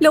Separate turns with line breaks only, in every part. Lo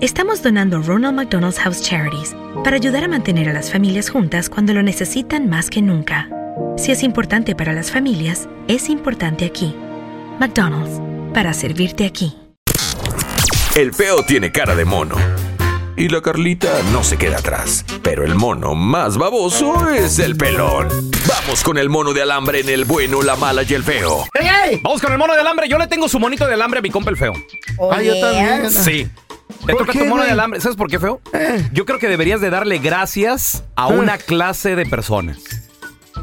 estamos donando Ronald McDonald's House Charities para ayudar a mantener a las familias juntas cuando lo necesitan más que nunca. Si es importante para las familias, es importante aquí. McDonald's, para servirte aquí.
El feo tiene cara de mono. Y la Carlita no se queda atrás. Pero el mono más baboso es el pelón. Vamos con el mono de alambre en el bueno, la mala y el feo.
Vamos con el mono de alambre. Yo le tengo su monito de alambre a mi compa el feo.
Ah, yo también.
Sí. Te
¿Por
toca
qué,
tu mono
güey? Eh.
de alambre. ¿Sabes por qué, feo? Yo creo que deberías de darle gracias a una clase de personas.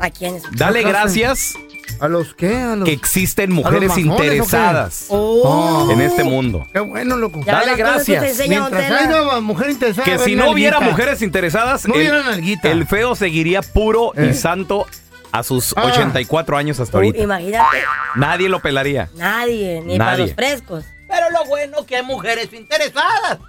¿A quiénes?
Dale
clase?
gracias
¿A los qué? ¿A los
que existen mujeres
mamones, ¿o qué?
interesadas
Oh.
en este mundo.
Qué bueno, loco.
Ya
Dale
las cosas que
gracias.
te enseña
Mientras
este Don Tela.
haya una mujer interesada.
Que
va a
si
haber
no hubiera
nalguita.
mujeres interesadas,
No
el,
hubiera nalguita.
el feo seguiría puro y
Eh.
santo a sus
Ah. Oh.
84 años hasta
Tú
ahorita.
Imagínate,
Nadie lo pelaría.
nadie, ni para
Nadie.
los frescos.
Pero lo bueno que hay mujeres interesadas.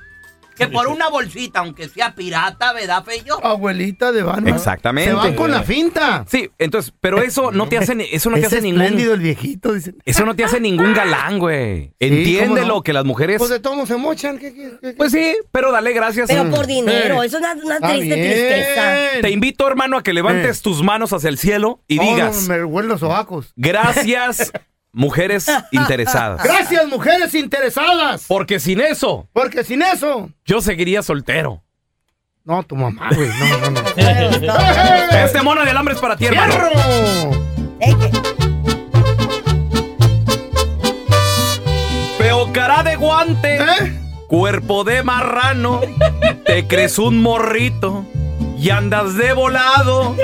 Que por una bolsita, aunque sea pirata, ¿verdad, Feyo?
Ah, Abuelita de Batman.
Exactamente.
Se va con la finta.
Sí, entonces, pero eso no te hace, ni- eso no te
es
hace ningún,
espléndido el viejito, dicen.
eso no te hace ningún galán, güey. Entiéndelo
cómo no.
que las mujeres,
Pues de todos modos se mochan. ¿Qué, qué, qué, qué?
pues sí, pero dale gracias.
Pero
Mm.
por dinero,
Eh.
eso es una, una
Está
triste
bien.
tristeza.
Te invito, hermano, a que levantes
Eh.
tus manos hacia el cielo y
No, no,
digas,
me huelen los sobacos.
gracias, mujeres interesadas.
Gracias, mujeres interesadas.
Porque sin eso,
Porque sin eso.
yo seguiría soltero.
No, tu mamá, güey. No, no, no.
Este mono de alambre es para ti, hermano.
¡Fierro!
Ey, que-
Pero cara de guante,
¿Eh?
cuerpo de marrano, te crees un morrito y andas de volado.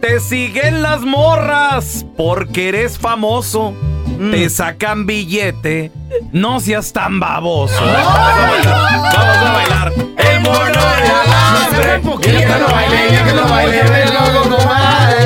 Te siguen las morras porque eres famoso.
Mm.
Te sacan billete, no seas tan baboso. Vamos a bailar. El mono de alambre.
Un poquito, que lo baile, ya que lo baile, velo, comadre.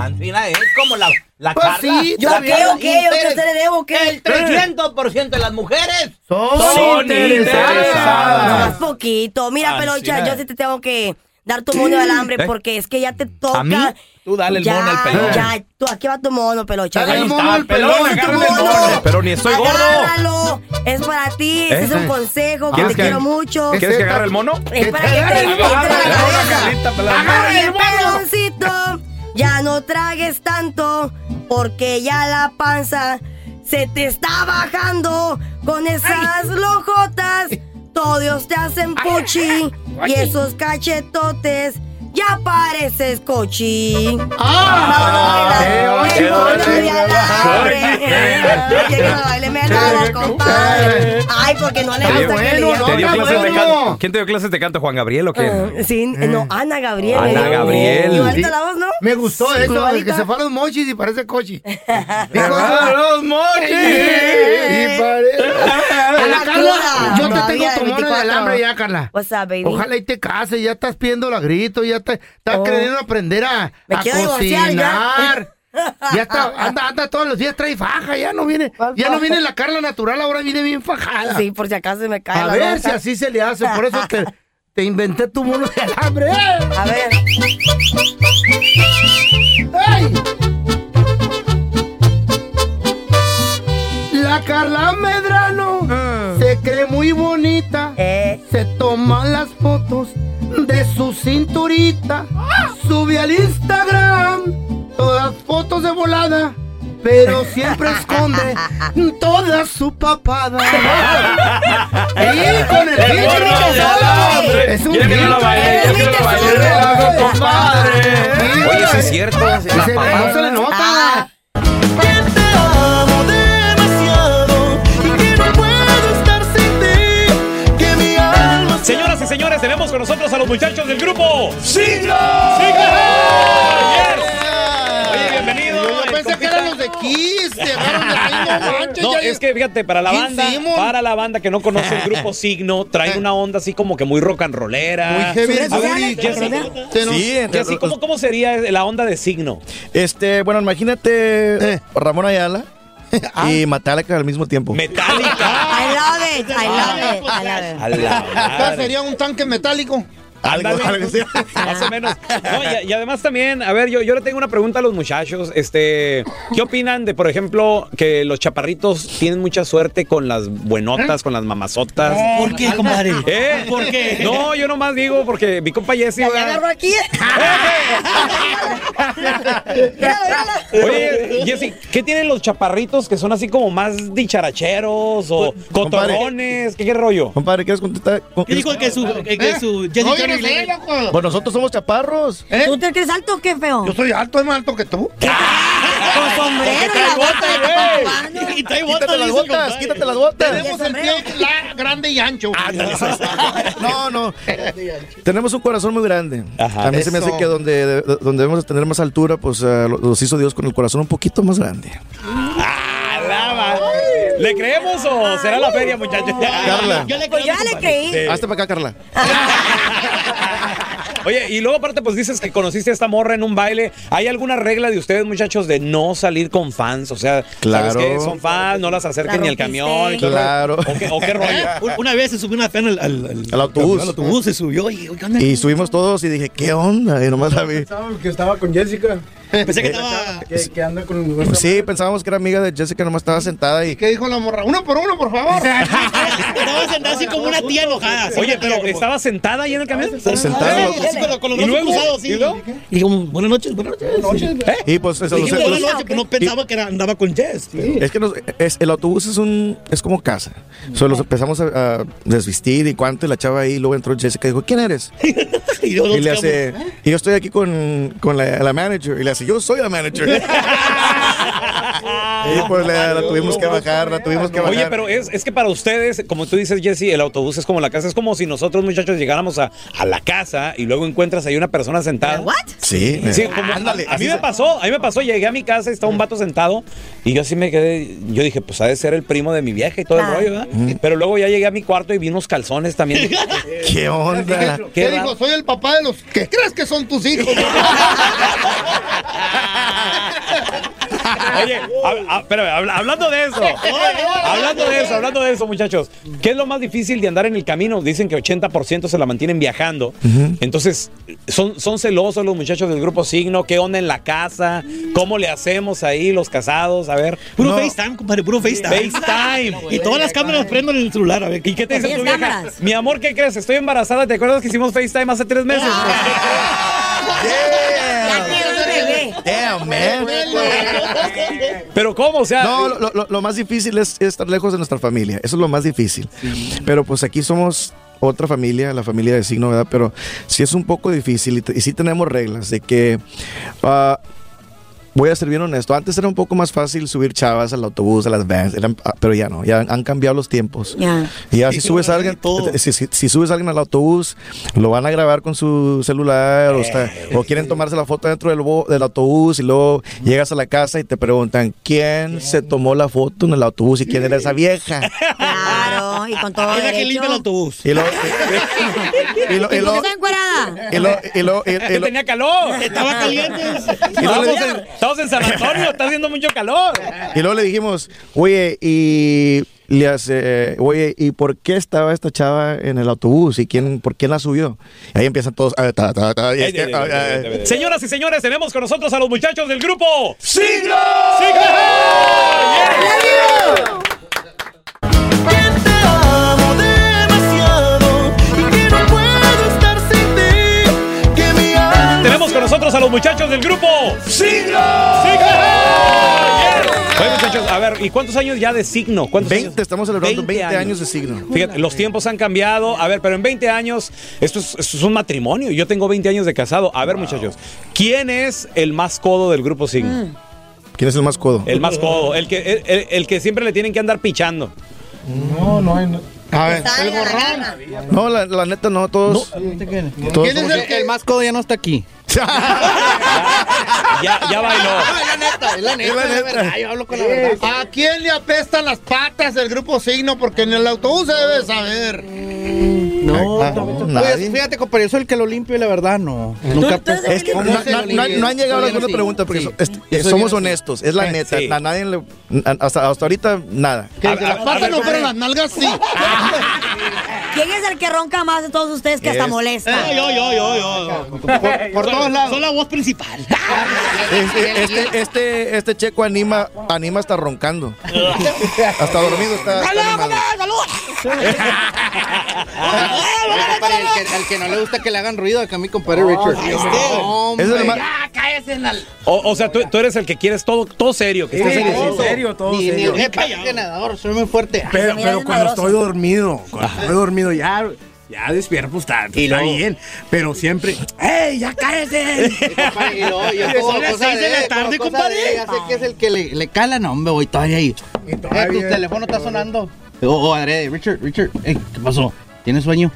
Anfina es como la, la
Pues
Carla.
sí,
La
¿Yo qué,
Carla
yo qué, yo qué
Quintero.
se le debo,
El
qué?
300% de las mujeres.
Son,
Son
No, más
interesadas.
interesadas.
poquito. Mira,
Ah,
pero
sí,
ya,
eh.
yo sí te tengo que dar tu mono de alambre
¿Eh?
porque es que ya te toca.
mí? Tú dale el
ya,
mono al pelón.
Ya, tú, aquí va tu mono, pelocha.
Dale
Ahí
el
Agárralo.
está,
mono,
el pelón,
Ese es tu
agarren el
mono.
mono. Pero ni estoy gordo.
Agárralo. Es para ti, ese
¿Eh?
es un consejo que
¿Quieres
te
que-
quiero mucho.
¿Quieres que agarre el mono?
Es para que
Agarra
te
el
entre la
mono,
cabeza.
Carlita, pelón.
Oye, peloncito, ya no tragues tanto porque ya la panza se te está bajando con esas lojotas. Todos te hacen puchi y esos cachetotes ya pareces cochi.
Ah,
Vamos a
qué
bailar,
ocho,
mono de alambre.
ocho.
Quiero que baile menudo,
Qué
compadre. Ay, porque no le
Está
gusta que le
bueno,
digan
¿no?
¿Te dio
Está
clases de
bueno.
canto? ¿Quién te dio clases de canto? ¿Juan Gabriel o quién?
Ah, Sí, no, Ana Gabriel.
Ana
me dijo.
Gabriel.
Igualita Oh, la voz, ¿no?
Me gustó
Sí,
eso, de que
igualita.
se fueron mochis y parece cochi. Dijo, "Ah,
¡Los
Y parece. Ana Carla,
cruda,
yo te tengo
todavía de
tu mono de
24.
alambre ya, Carla.
What's up, baby?
Ojalá y te cases, ya estás pidiendo la grito, ya te- estás
Oh.
queriendo aprender a,
Me
a
quiero divorciar ya.
cocinar. Ya está, anda, anda todos los días, trae faja, ya no viene,
¿Cuál
ya no
faja?
viene la Carla natural, ahora viene bien fajada.
Sí, por si acaso se me cae
a
la
ver
boca.
si así se le hace, por eso te, te inventé tu mono de alambre.
A ver. Mm. Eh.
su cinturita. Sube al Instagram todas fotos de volada, pero siempre esconde toda su papada. Y con el
El
pinche
mono del
alambre. Es un
Yo quiero la
pinche
¿eh?
baile, yo quiero la
alambre.
baile.
Relajo, compadre. Sí,
Oye, sí es cierto.
ese-
La papada.
No se le nota.
Señoras y señores, tenemos con nosotros a los muchachos del grupo ¡Siglo! ¡Siglo! Oye, bienvenido.
Yo
el
pensé que
compita.
eran los de Kiss. Llegaron de ahí, no manches.
No,
ya-
es que fíjate, para la
Gene
banda,
Simmons.
para la banda que no conoce el grupo Signo, trae una onda así como que muy rock and rollera.
Muy heavy
A ver,
duty.
Jesse,
Se nos-
Sí,
Jesse,
entre-
¿cómo, ¿cómo sería la onda de Signo?
Este, bueno, imagínate
Eh. Ah.
Ramón Ayala y Metallica al mismo tiempo.
Metallica.
I love it, I love it, I love it.
A la
Acá
madre.
Ah, sería un tanque metálico.
Algo, algo así.
Más o menos. No, y, y además también, a ver, yo, yo le tengo una pregunta a los muchachos. Este, ¿qué opinan de, por ejemplo, que los chaparritos tienen mucha suerte con las buenotas, con las mamazotas?
¿Por qué, compadre?
¿Eh?
¿Por qué?
No, yo nomás digo porque mi compa Jesse.
Ya le
¿verdad?
agarro aquí. Mira, mírala.
Oye, Jesse, ¿qué tienen los chaparritos que son así como más dicharacheros o
compadre.
cotorrones? ¿Qué, qué rollo?
Compadre, ¿quieres contestar? Con-
¿Qué dijo que su, que,
¿Eh?
que su Jesse
No, yo no
Carey
sé,
le-
loco.
Pues nosotros somos chaparros.
¿Eh?
¿Tú te crees alto o qué feo?
Yo soy alto, es más alto que tú.
Ah, Con sombrero, la bota de Copacabana.
Y trae botas,
Quítate las
dice el
botas,
compadre.
quítate las botas.
Tenemos el pie la- grande y ancho.
No, no. Tenemos un corazón muy grande.
Ajá.
A mí se me hace
Eso.
que donde, de- donde debemos de tener más altura, pues eh, lo- los hizo Dios con el corazón un poquito más grande.
Alaba. ¡Ah, ¿Le creemos o será la feria, muchachos?
Carla.
Yo le
Pues yo
creo,
ya le
compadre.
creí.
Hazte para acá, Carla.
Oye, y luego aparte pues dices que conociste a esta morra en un baile. ¿Hay alguna regla de ustedes, muchachos, de no salir con fans? O sea,
Claro.
¿sabes qué? Son fans, no las acerquen
La
ni al
rompiste.
camión.
Claro.
¿O qué, o qué rollo?
Un- Una vez se subió una fan al, al,
Al autobús.
Al autobús se subió y, oye, ¿qué onda?
Y subimos todos y dije, ¿qué onda? Y nomás la vi.
que estaba con Jessica.
Pensé que estaba.
Eh, Que, anda con.
Sí, pensábamos que era amiga de Jessica, nomás estaba sentada y
¿Qué dijo la morra? Uno por uno, por favor.
Estaba sentada así como una tía enojada. así,
Oye, pero
como-
¿estaba sentada ahí en el camión?
sentada.
Sí, así con, los- con los
¿Y
brazos
luego?
cruzados, sí.
¿Y luego? ¿eh?
Y digo, buenas noches, buenas noches.
Y pues eso,
Dijimos
los-
buenas
los-
noches, pero no pensaba que era- andaba con Jess.
es que nos- es- el autobús es un es como casa. So, los empezamos a, a desvestir y cuánto, y la chava ahí, luego entró Jessica y dijo, ¿quién eres?
Y yo,
Y le
nos quedamos-
hace, y yo estoy aquí con, con la, la manager. Y le hace, yo soy la manager. y pues la, la tuvimos que bajar, la tuvimos que bajar.
Oye, pero es, es que para ustedes, como tú dices, Jesse, el autobús es como la casa. Es como si nosotros, muchachos, llegáramos a, a la casa y luego encuentras ahí una persona sentada.
¿What?
Sí, eh.
Sí, como-
ándale.
a mí
así
me
se-
pasó, a mí me pasó, llegué a mi casa y estaba un vato sentado y yo así me quedé, yo dije, pues ha de ser el primo de mi vieja y todo el
Claro.
rollo, ¿verdad? Pero luego ya llegué a mi cuarto y vi unos calzones también.
¿Qué onda?
¿Qué, dijo? Soy el papá de los que crees que son tus hijos.
Oye, a- a- pero habla- hablando de eso, hablando de eso, hablando de eso, muchachos, ¿qué es lo más difícil de andar en el camino? Dicen que 80% se la mantienen viajando. Entonces, son, son celosos los muchachos del grupo Signo, ¿qué onda en la casa? ¿Cómo le hacemos ahí los casados? A ver.
Puro
No.
FaceTime, compadre, puro FaceTime.
FaceTime.
Y todas las cámaras prendo en el celular, a ver.
¿Y qué te dice
Diez
tu vieja?
cámaras.
Mi amor, ¿qué crees? Estoy embarazada. ¿Te acuerdas que hicimos FaceTime hace tres meses?
Ya quiero un bebé.
Damn, man.
Pero ¿cómo? O sea, eh,
No, lo, lo- lo más difícil es estar lejos de nuestra familia. Eso es lo más difícil. Pero pues aquí somos otra familia, la familia de signo, ¿verdad? Pero sí es un poco difícil y, t- y sí tenemos reglas de que... ah, Voy a ser bien honesto. Antes era un poco más fácil subir chavas al autobús, a las vans, eran- ah, pero ya no, ya han, han cambiado los tiempos.
Ya.
Y ya
Sí,
si subes a alguien,
todo.
si, si- si subes a alguien al autobús, lo van a grabar con su celular o, está-
Eh.
o quieren tomarse la foto dentro del, bo- del autobús y luego llegas a la casa y te preguntan quién se tomó la foto en el autobús y quién era esa vieja.
Claro, y con todo
Es la que
derecho.
limpia el autobús.
Y luego- y lo- y
¿Y por qué
lo-
está encuerada?
y lo- y lo- y- y
yo
Eh, lo-
tenía calor.
Estaba caliente.
luego
Estamos
le-
en, estamos en San Antonio, está haciendo mucho calor.
y luego le dijimos, oye, y le hace, oye, ¿y por qué estaba esta chava en el autobús? ¿Y quién, por quién la subió? Y ahí empiezan todos, "Ah, ta, ta, ta", y es que, "Ah, ah, ah".
Señoras y señores, tenemos con nosotros a los muchachos del grupo.
Te amo demasiado y que no puedo estar sin ti.
del grupo.
¡Signo!
Oye, muchachos, a ver, ¿y cuántos años ya de signo? ¿Cuántos
20,
años?
estamos celebrando 20 años de signo.
Fíjate, los tiempos han cambiado. A ver, pero en 20 años, esto es, esto es un matrimonio. Yo tengo 20 años de casado. A ver, muchachos, ¿quién es el más codo del grupo signo?
Mm.
¿Quién es el más codo?
El más codo, el que, el, el- el que siempre le tienen que andar pichando.
No, no hay. A ver.
El borrón.
No, la, la neta no, todos. todos
¿Quién es
somos-
el que el más codo ya no está aquí?
Ya, ya bailó.
la neta, es la neta,
Es la
es la
neta.
verdad, yo hablo con la verdad.
¿A quién le apestan las patas del grupo Signo? Porque en el autobús se debe saber.
No,
Ah,
no,
nadie.
Pues, fíjate, compadre, yo soy el que lo limpio y la verdad no.
Nunca-
Nunca pensé.
es que no, no- no- no han llegado a alguna pregunta porque so- est-
Yo soy
somos
bien así.
honestos, es la
Eh,
neta.
sí.
A nadie le- a- hasta, hasta ahorita nada.
Que el que las patas no fueron las nalgas, sí.
¿Quién es el que ronca más de todos ustedes que hasta
Es-
molesta?
yo, yo, yo, yo.
Por, por todos lados.
Son la voz principal.
Este, este, este, este checo anima, anima hasta roncando. hasta dormido está. está animado.
Para el que, al que no le gusta que le hagan ruido, acá mi compadre Richard. Este,
Es el ma- Este
O, o sea, tú, tú eres el que quieres todo, todo serio. Que estés en-
serio, todo
Ni, ni
serio.
ni para que nadador, soy muy fuerte.
Pero,
mira
pero
bien
cuando
madroso.
estoy dormido, cuando estoy dormido ya, ya despierto, pues está, está bien. Pero siempre, ¡ey, ya cállate!
Compadre, y luego yo
Son
como
las
cosa
seis de la
Eh, como
tarde,
cosa
compadre.
de- Ya sé que es el que le, le cala, no, hombre, voy todavía ahí. Eh, tu teléfono está sonando. Oh, oh, adrede, Richard, Richard, ey, ¿qué pasó? ¿Tienes sueño?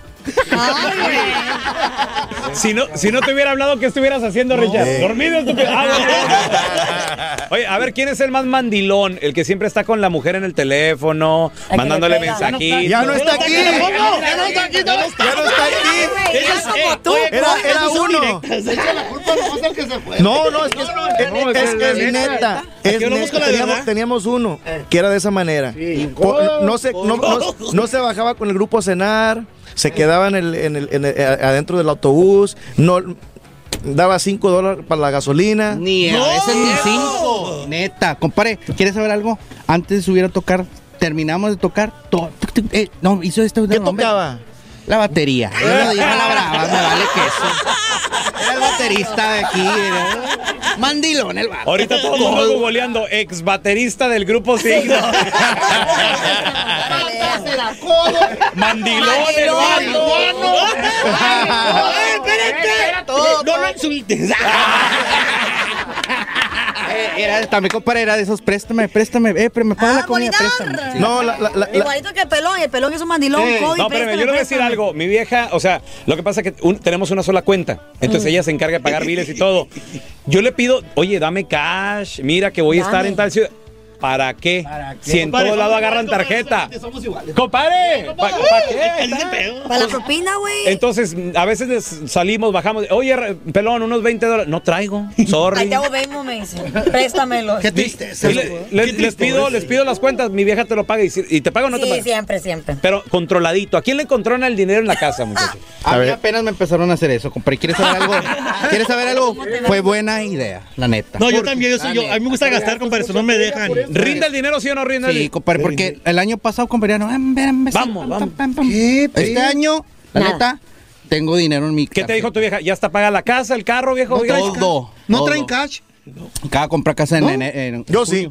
Si no, si no te hubiera hablado, ¿qué estuvieras haciendo, Richard? Dormido, estúpido. Ah, bueno. Oye, a ver, ¿quién es el más mandilón? El que siempre está con la mujer en el teléfono,
que
mandándole
le pega.
mensajitos.
Ya no está aquí.
¡Ya no está aquí!
Ya no está aquí.
como tú.
Era, era uno.
La culpa no es el que se fue.
No, no, es que es, es- es que es neta. Es
Aquí hablamos
neta.
con la
Teníamos,
verdad.
teníamos uno que era de esa manera. Po- no, se, no, no- no se bajaba con el grupo a cenar, se quedaba en el, en el- en el- a- adentro del autobús, no daba 5 dólares para la gasolina.
Ni a veces ni cinco. Neta, compadre, ¿quieres saber algo? Antes de subir a tocar, terminamos de tocar. to- tuc, tuc, eh, no, hizo esto.
¿Qué
no, hombre.
tocaba?
La batería. Yo lo dije a la brava, me vale queso. Era el baterista de aquí. era Mandilón el vato.
Ahorita todo el mundo googleando, ex baterista del grupo Signo. Mandilón, el vato.
¡Ay, espérate! No lo insultes. Eh, Era, Ah, también compadre era de esos, préstame, préstame, eh, pero me paga la
Ah,
comida,
bolidar.
préstame. Sí.
No, la, la- la- la-
Igualito que el pelón, el pelón es un mandilón,
Sí.
jodido,
No, espérame, yo le voy a decir
préstame.
algo. Mi vieja, o sea, lo que pasa es que un- tenemos una sola cuenta. Entonces
Mm.
ella se encarga de pagar biles y todo. Yo le pido, oye, dame cash, mira que voy a estar en tal ciudad. ¿Para qué? Si en todo lado agarran tarjeta.
Somos iguales.
¡Compare! ¿Para qué?
Para la propina, güey.
Entonces, a veces des- salimos, bajamos. Oye, re- pelón, unos 20 dólares. No traigo.
Ahí
Sorry.
te hago Venmo, me dice. Préstamelo.
Qué
Di-
tristeza.
y le- les, les pido, les pido las cuentas. Mi vieja te lo paga y, si- y te paga o no te
Sí,
paga.
siempre, siempre.
Pero controladito. ¿A quién le controla el dinero en la casa, muchachos?
A
A
mí
ver.
apenas me empezaron a hacer eso, compadre. ¿Quieres saber algo? ¿Quieres saber algo? Fue buena idea, la neta.
No, yo también, yo soy yo. A mí me gusta gastar, compadre, eso no me dejan.
¿Rinda el dinero, sí o no rinda el
Sí, compadre, porque el año pasado, compadre, ya no.
Vamos, vamos.
Este año, la neta, tengo dinero en mi
¿Qué te dijo tu vieja? ¿Ya está pagada la casa, el carro, viejo? Oiga,
Todo.
¿No
todo.
traen cash?
Cada compra casa en, en- en-
yo sí.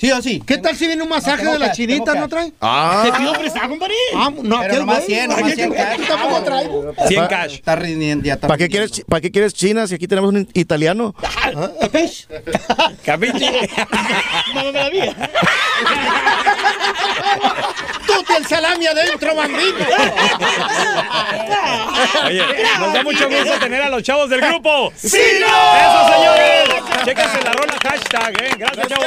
Sí, yo sí.
¿Qué tal si viene un masaje
Tengo
de la
cash, tengo
chinita?
cash.
¿No traen?
Ah,
¿Te prestado, compadre?
Ah, no,
Pero
aquel
nomás
güey.
100, nomás
Aquel
100
güey,
cash.
Yo tampoco traigo.
100
Pa-
cash.
Está rindiendo, ya está
¿Para qué quieres,
rindiendo.
chi- ¿Para qué quieres chinas? Si aquí tenemos un italiano.
Capiche.
No me la vi.
Tú el salami adentro, bandido.
Oye, nos da mucho gusto tener a los chavos del grupo. ¡Sí, ¡Eso, señores! Chéquense la rola hashtag, ¿eh? Gracias, chavos.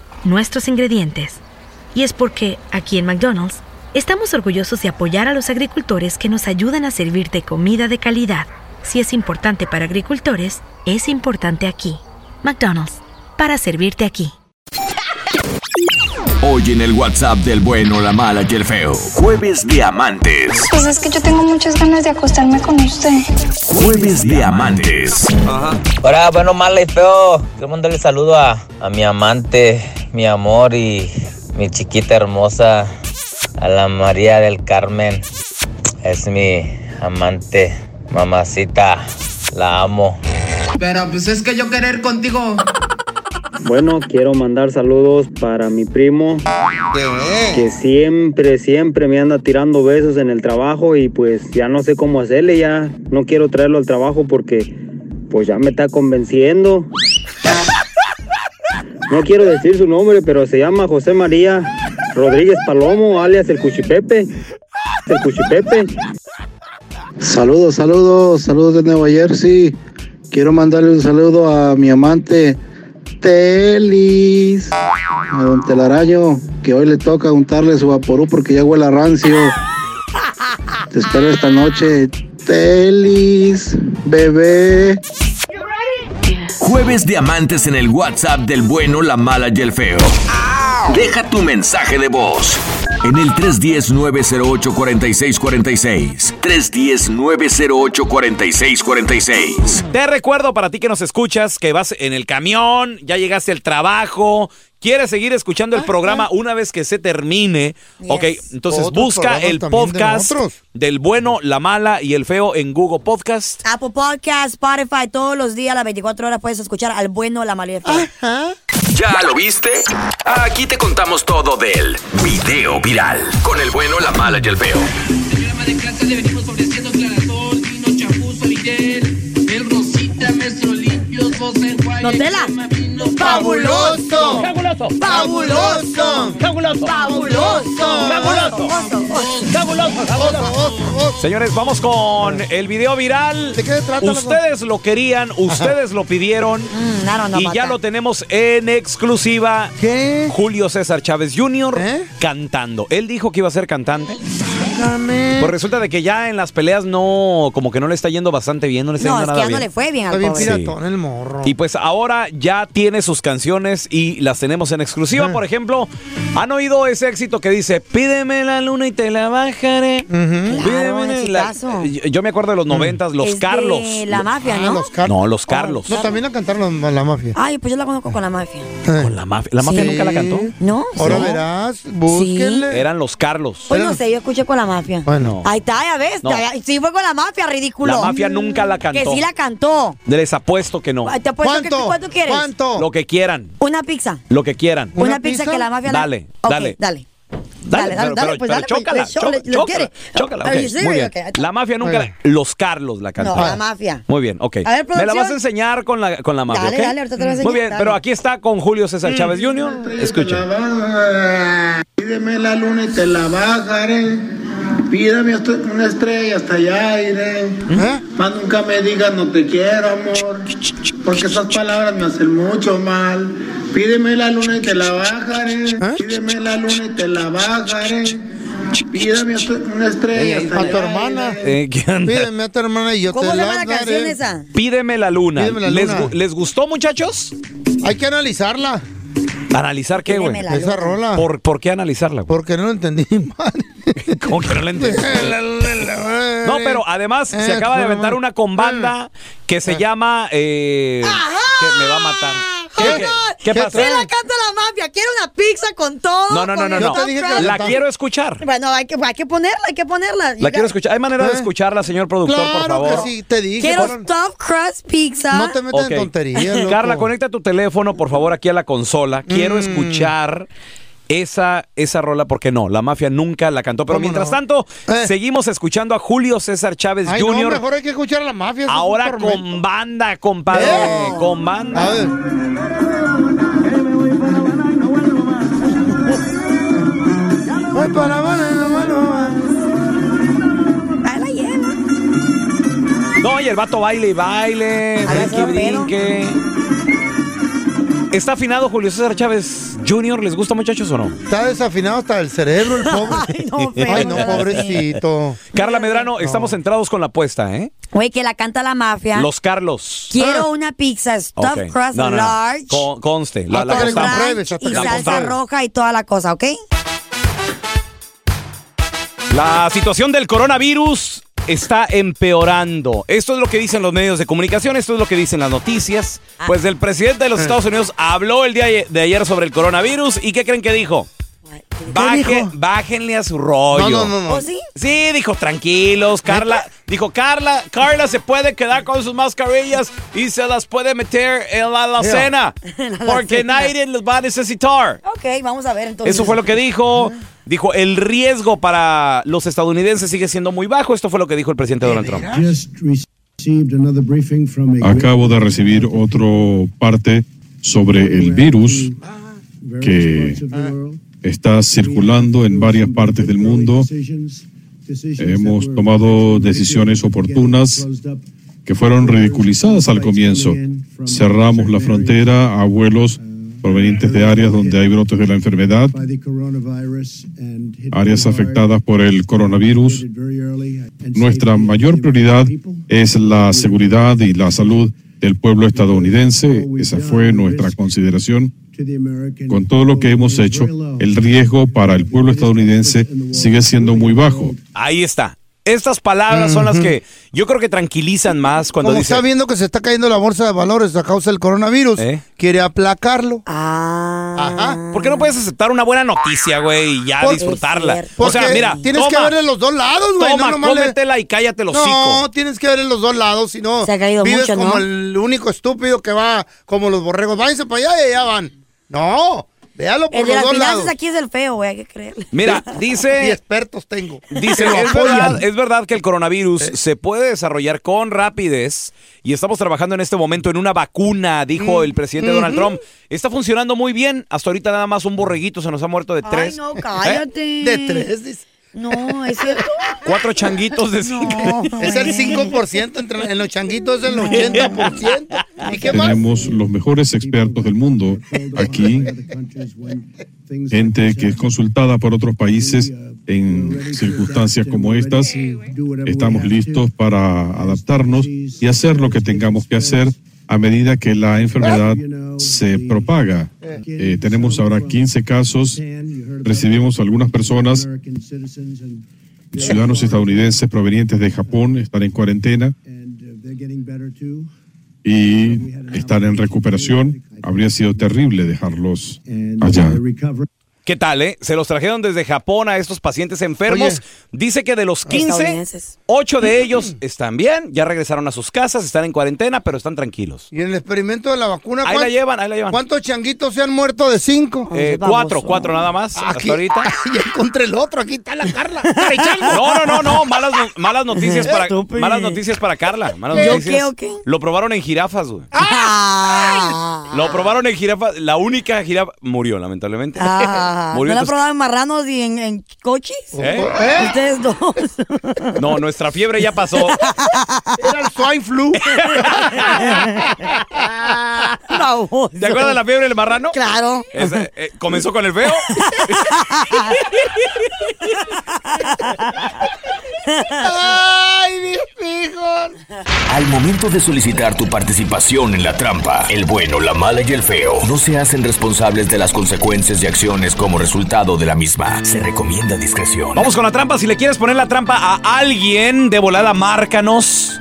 nuestros ingredientes. Y es porque, aquí en McDonald's, estamos orgullosos de apoyar a los agricultores que nos ayudan a servirte comida de calidad. Si es importante para agricultores, es importante aquí. McDonald's, para servirte aquí.
Hoy en el WhatsApp del bueno, la mala y el feo. Jueves Diamantes.
Pues es que yo tengo muchas ganas de acostarme con usted.
Jueves Diamantes.
Hola, bueno, malo y feo. Quiero mandarle saludo a, a mi amante, mi amor y mi chiquita hermosa, a la María del Carmen. Es mi amante, mamacita. La amo.
Pero pues es que yo querer contigo.
Bueno, quiero mandar saludos para mi primo que siempre, siempre me anda tirando besos en el trabajo y pues ya no sé cómo hacerle, ya no quiero traerlo al trabajo porque pues ya me está convenciendo. No quiero decir su nombre, pero se llama José María Rodríguez Palomo, alias el Cuchipepe. El Cuchipepe.
Saludos, saludos, saludos de Nueva Jersey. Quiero mandarle un saludo a mi amante Telis, a don Telaraño, que hoy le toca untarle su vaporú porque ya huele a rancio. Te espero esta noche. Telis, bebé.
Jueves Diamantes en el WhatsApp del bueno, la mala y el feo. Deja tu mensaje de voz en el 310-908-4646. 310-908-4646.
Te recuerdo para ti que nos escuchas, que vas en el camión, ya llegaste al trabajo, quieres seguir escuchando
Ah,
el programa una vez que se termine. Ok, entonces
Otros
busca
programas
el
también de
podcast
nosotros.
del bueno, la mala y el feo en Google Podcast.
Apple Podcast, Spotify, todos los días, las 24 horas puedes escuchar al bueno, la mala y el feo.
¿Ya lo viste? Aquí te contamos todo del video viral. Con el bueno, la mala y el feo.
Este
Nutella.
Fabuloso.
Fabuloso.
Fabuloso.
Fabuloso.
Fabuloso.
Fabuloso. Fabuloso. Señores, vamos con el video viral. Ustedes lo querían, ustedes lo pidieron.
Mm,
claro, Mm, no,
y ya
papá.
lo tenemos en exclusiva. Julio César Chávez Jr.
¿Eh?
cantando. Él dijo que iba a ser cantante. Pues resulta de que ya en las peleas no, como que no le está yendo bastante bien, no le está
No, es
yendo
que
nada
ya no
bien.
le fue bien al pobre.
Sí. Y pues ahora ya tiene sus canciones y las tenemos en exclusiva. Por ejemplo, ¿han oído ese éxito que dice, pídeme la luna y te la bajaré? Pídeme
un
la-
exitazo.
Yo, yo me acuerdo de los noventas, los
Es de
Carlos.
la
Ah,
mafia, ¿no?
No, los Carlos.
No, también la cantaron la, la mafia.
Ay, pues yo la conozco con la mafia.
Ah, Con la mafia. ¿La mafia
Sí.
nunca la cantó?
No.
Ahora
No.
verás, búsquenle.
Eran los Carlos.
Pues no sé, yo escuché con la mafia.
Bueno.
Ahí está, ya ves.
No.
ya- sí fue con la mafia, ridículo.
La mafia nunca la
Que
cantó.
sí la cantó.
Les apuesto que no.
Ay, Te apuesto que-
¿Cuánto?
¿Cuánto quieres?
¿Cuánto?
Lo que quieran,
Una pizza.
lo que quieran.
Una, pizza, que la mafia la-
Dale,
Ok,
dale.
dale. Dale, dale,
Dale,
dale,
pero- pero-
pues
pero
dale, pues,
chócala,
pues, yo-
chócala,
lo quiere.
chócala,
Are you
ok, muy
serious?
bien.
Ok,
La mafia nunca
Bueno.
la- Los Carlos la cantaron.
No, la mafia.
Muy bien, ok.
A ver,
me la
producción.
vas a enseñar con la, con la mafia,
Dale,
¿ok?
dale, ahorita te lo voy a
Muy
enseñar,
bien,
dale. Mm.
pero aquí está con Julio César Chávez Jr. Escuchen.
Pídeme la luna y te la bajaré. Pídeme hasta- una estrella, hasta allá iré. Más nunca me digas no te quiero, amor. Porque esas palabras me hacen mucho mal. Pídeme la luna y te la bajaré. Pídeme la luna y te la bajaré. Pídeme hasta- una estrella, hasta
A tu
allá
hermana.
Eh, ¿qué onda?
Pídeme a tu hermana y yo
¿Cómo
te
se
la
llama la canción
daré.
esa?
Pídeme la luna.
Pídeme la
¿Les,
luna.
gu- les gustó, muchachos?
Hay que analizarla.
¿Analizar qué, güey?
Pídeme la Esa luna. rola.
¿Por, por qué analizarla? güey?
Porque no lo entendí mal.
¿Cómo que no la entendí? No, pero además se acaba de aventar una con banda que se llama... eh, que me va a matar. ¿Qué? ¿Qué pasa?
Sí la canta la mafia. Quiero una pizza con todo.
No, no, no,
con
no,
el
no.
top rank.
La quiero escuchar.
Bueno, hay que, hay que ponerla, hay que ponerla.
La quiero escuchar. ¿Hay manera de escucharla, señor productor, por
Eh. Claro
favor?
que sí, te dije, Quiero fueron- Top Crust Pizza. No te
Ok. Carla, conecta tu teléfono, por favor, aquí a la consola.
Mm.
Quiero escuchar esa, esa rola, porque no, la mafia nunca la cantó. Pero mientras tanto,
Eh.
seguimos escuchando a Julio César Chávez
Ay, no,
Jr.
mejor hay que escuchar a la mafia. eso es un
ahora
tormento.
con banda, compadre.
Eh.
Con banda.
Voy para Habana, no más, no más.
No, y el vato baile y baile, brinque, brinque. ¿Está afinado Julio César Chávez Jr.? ¿Les gusta, muchachos, o no?
Está desafinado hasta el cerebro, el pobre. Ay,
no,
Ay, no, pobrecito.
Carla Medrano, estamos centrados con la apuesta, ¿eh?
Güey, que la canta la mafia.
Los Carlos. Ah.
Quiero una pizza stuffed
Ok.
crust
No, no, no.
large.
Con- conste, la, la
con
apostamos.
ranch y
Pues La
salsa
apostamos.
roja y toda la cosa, ¿ok?
La situación del coronavirus está empeorando. Esto es lo que dicen los medios de comunicación, esto es lo que dicen las noticias. Pues el presidente de los Estados Unidos habló el día de ayer sobre el coronavirus y ¿qué creen que dijo? Baje- Bájenle a su rollo.
No, no, no, no. ¿Oh, sí?
dijo, tranquilos, Carla. Dijo, Carla, Carla se puede quedar con sus mascarillas y se las puede meter en la alacena.
En la
Porque
alacena.
nadie les va a necesitar.
Ok, vamos a ver entonces.
Eso fue lo que dijo. Dijo, el riesgo para los estadounidenses sigue siendo muy bajo. Esto fue lo que dijo el presidente Donald Trump.
Acabo de recibir otro parte sobre el virus que está circulando en varias partes del mundo. Hemos tomado decisiones oportunas que fueron ridiculizadas al comienzo. Cerramos la frontera a vuelos provenientes de áreas donde hay brotes de la enfermedad, áreas afectadas por el coronavirus. Nuestra mayor prioridad es la seguridad y la salud del pueblo estadounidense. Esa fue nuestra consideración. Con todo lo que hemos hecho, el riesgo para el pueblo estadounidense sigue siendo muy bajo.
Ahí está. Estas palabras son las que yo creo que tranquilizan más cuando
Como
dice.
está viendo que se está cayendo la bolsa de valores a causa del coronavirus,
¿Eh?
quiere aplacarlo.
Ah.
¿Por qué no puedes aceptar una buena noticia, güey, y ya
Por-
disfrutarla? O
Porque
sea, mira,
tienes
toma,
que ver en los dos lados, güey.
Toma,
nomás le-
cómetela y cállate los hocico.
No, tienes que ver en los dos lados, si no vives
mucho,
como
¿no?
el único estúpido que va como los borregos. Váyanse para allá y allá van. No, véalo por
El de
los
las
dos
finanzas
lados.
aquí es el feo, güey, hay que creerle.
Mira,
Y
Eh.
dice.
expertos tengo.
Dice,
Que lo
es
apoyan.
verdad, es verdad que el coronavirus
Eh.
se puede desarrollar con rapidez y estamos trabajando en este momento en una vacuna, dijo
Mm.
el presidente Donald
ujú.
Trump. Está funcionando muy bien. Hasta ahorita nada más un borreguito se nos ha muerto de tres. ¿Eh?
Ay, no, cállate.
¿Eh? De tres, dice.
No, es cierto.
Cuatro changuitos de cinco.
Es el 5% entre, en los changuitos, es el 80%. ¿Y qué más?
Tenemos los mejores expertos del mundo aquí, gente que es consultada por otros países en circunstancias como estas. Estamos listos para adaptarnos y hacer lo que tengamos que hacer a medida que la enfermedad se propaga. Eh, tenemos ahora 15 casos, recibimos algunas personas ciudadanos estadounidenses provenientes de Japón están en cuarentena y están en recuperación. Habría sido terrible dejarlos allá.
¿Qué tal, eh? Se los trajeron desde Japón a estos pacientes enfermos. Dice que de los 15,
Estadounidenses.
8 de ellos están bien, ya regresaron a sus casas, están en cuarentena, pero están tranquilos.
Y en el experimento de la vacuna,
Ahí la
¿cuán-
llevan, ahí la llevan.
¿Cuántos changuitos se han muerto de cinco?
Eh, cuatro, cuatro nada más.
Ah,
Aquí-
Hasta ahorita.
Ya encontré el otro, aquí está la Carla. ¡Ay, chango!
No, no, no, no, malas, no- malas noticias para
Estúpido.
malas noticias para Carla. Malas
¿Qué?
noticias.
¿Qué, qué?
Lo probaron en jirafas, güey.
Ah.
Lo probaron en jirafas. La única jirafa murió, lamentablemente.
Ah, ¿No
Murió,
la han
entonces-
probado en marranos y en, en coches?
¿Eh?
Ustedes dos.
No, nuestra fiebre ya pasó.
Era el swine flu.
¿Te acuerdas de la fiebre del marrano?
Claro.
Esa, eh, comenzó con el feo.
¡Ay, mis hijos!
Al momento de solicitar tu participación en la trampa, el bueno, la mala y el feo no se hacen responsables de las consecuencias y acciones como resultado de la misma. Se recomienda discreción.
Vamos con la trampa. Si le quieres poner la trampa a alguien, de volada, márcanos.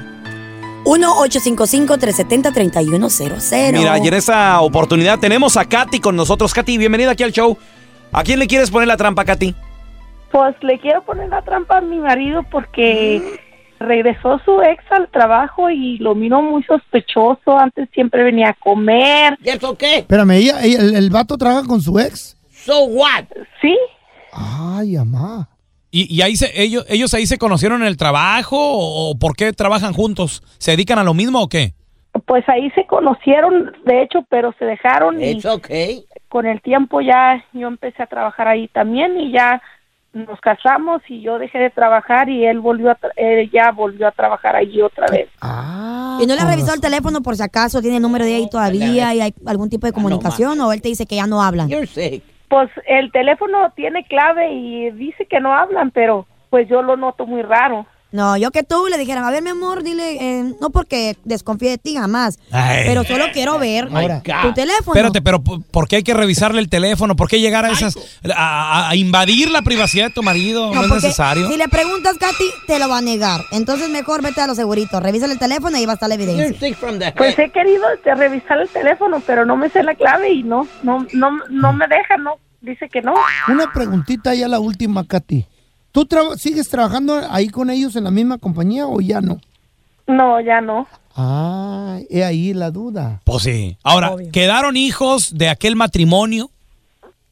1-855-370-3100.
Mira, y en esa oportunidad tenemos a Katy con nosotros. Katy, bienvenida aquí al show. ¿A quién le quieres poner la trampa, Katy?
Pues le quiero poner la trampa a mi marido porque regresó su ex al trabajo y lo miró muy sospechoso. Antes siempre venía a comer. ¿Y eso qué?
Espérame, ella, ella- el, el vato trabaja con su ex.
¿So what? Sí.
Ay, mamá.
¿Y, y ahí se, ellos, ellos ahí se conocieron en el trabajo o, o por qué trabajan juntos? ¿Se dedican a lo mismo o qué?
Pues ahí se conocieron, de hecho, pero se dejaron. y Con el tiempo ya yo empecé a trabajar ahí también y ya nos casamos y yo dejé de trabajar y él volvió a tra- él ya volvió a trabajar allí otra vez.
Ah.
Y no le ha revisado el teléfono por si acaso tiene el número de ahí todavía y hay algún
Ah,
tipo de comunicación o él te dice que ya no hablan.
Pues el teléfono tiene clave y dice que no hablan, pero pues yo lo noto muy raro.
No, yo que tú le dijeran, a ver, mi amor, dile, eh, no porque desconfíe de ti jamás,
Ay.
pero solo quiero ver
My God.
tu teléfono.
Espérate, pero ¿por por qué hay que revisarle el teléfono? ¿Por qué llegar a esas a, a- a invadir la privacidad de tu marido?
No,
No, es
porque
necesario.
Si le preguntas, Katy, te lo va a negar. Entonces mejor vete a lo segurito, revísale el teléfono y ahí va a estar la evidencia.
Pues he querido este, revisar el teléfono, pero no me sé la clave y no, no, no, no me deja, no, dice que no.
Una preguntita ya la última, Katy. ¿Tú traba- sigues trabajando ahí con ellos en la misma compañía o ya no?
No, ya no.
Ah, he ahí la duda.
Pues sí. Ahora, ¿quedaron hijos de aquel matrimonio?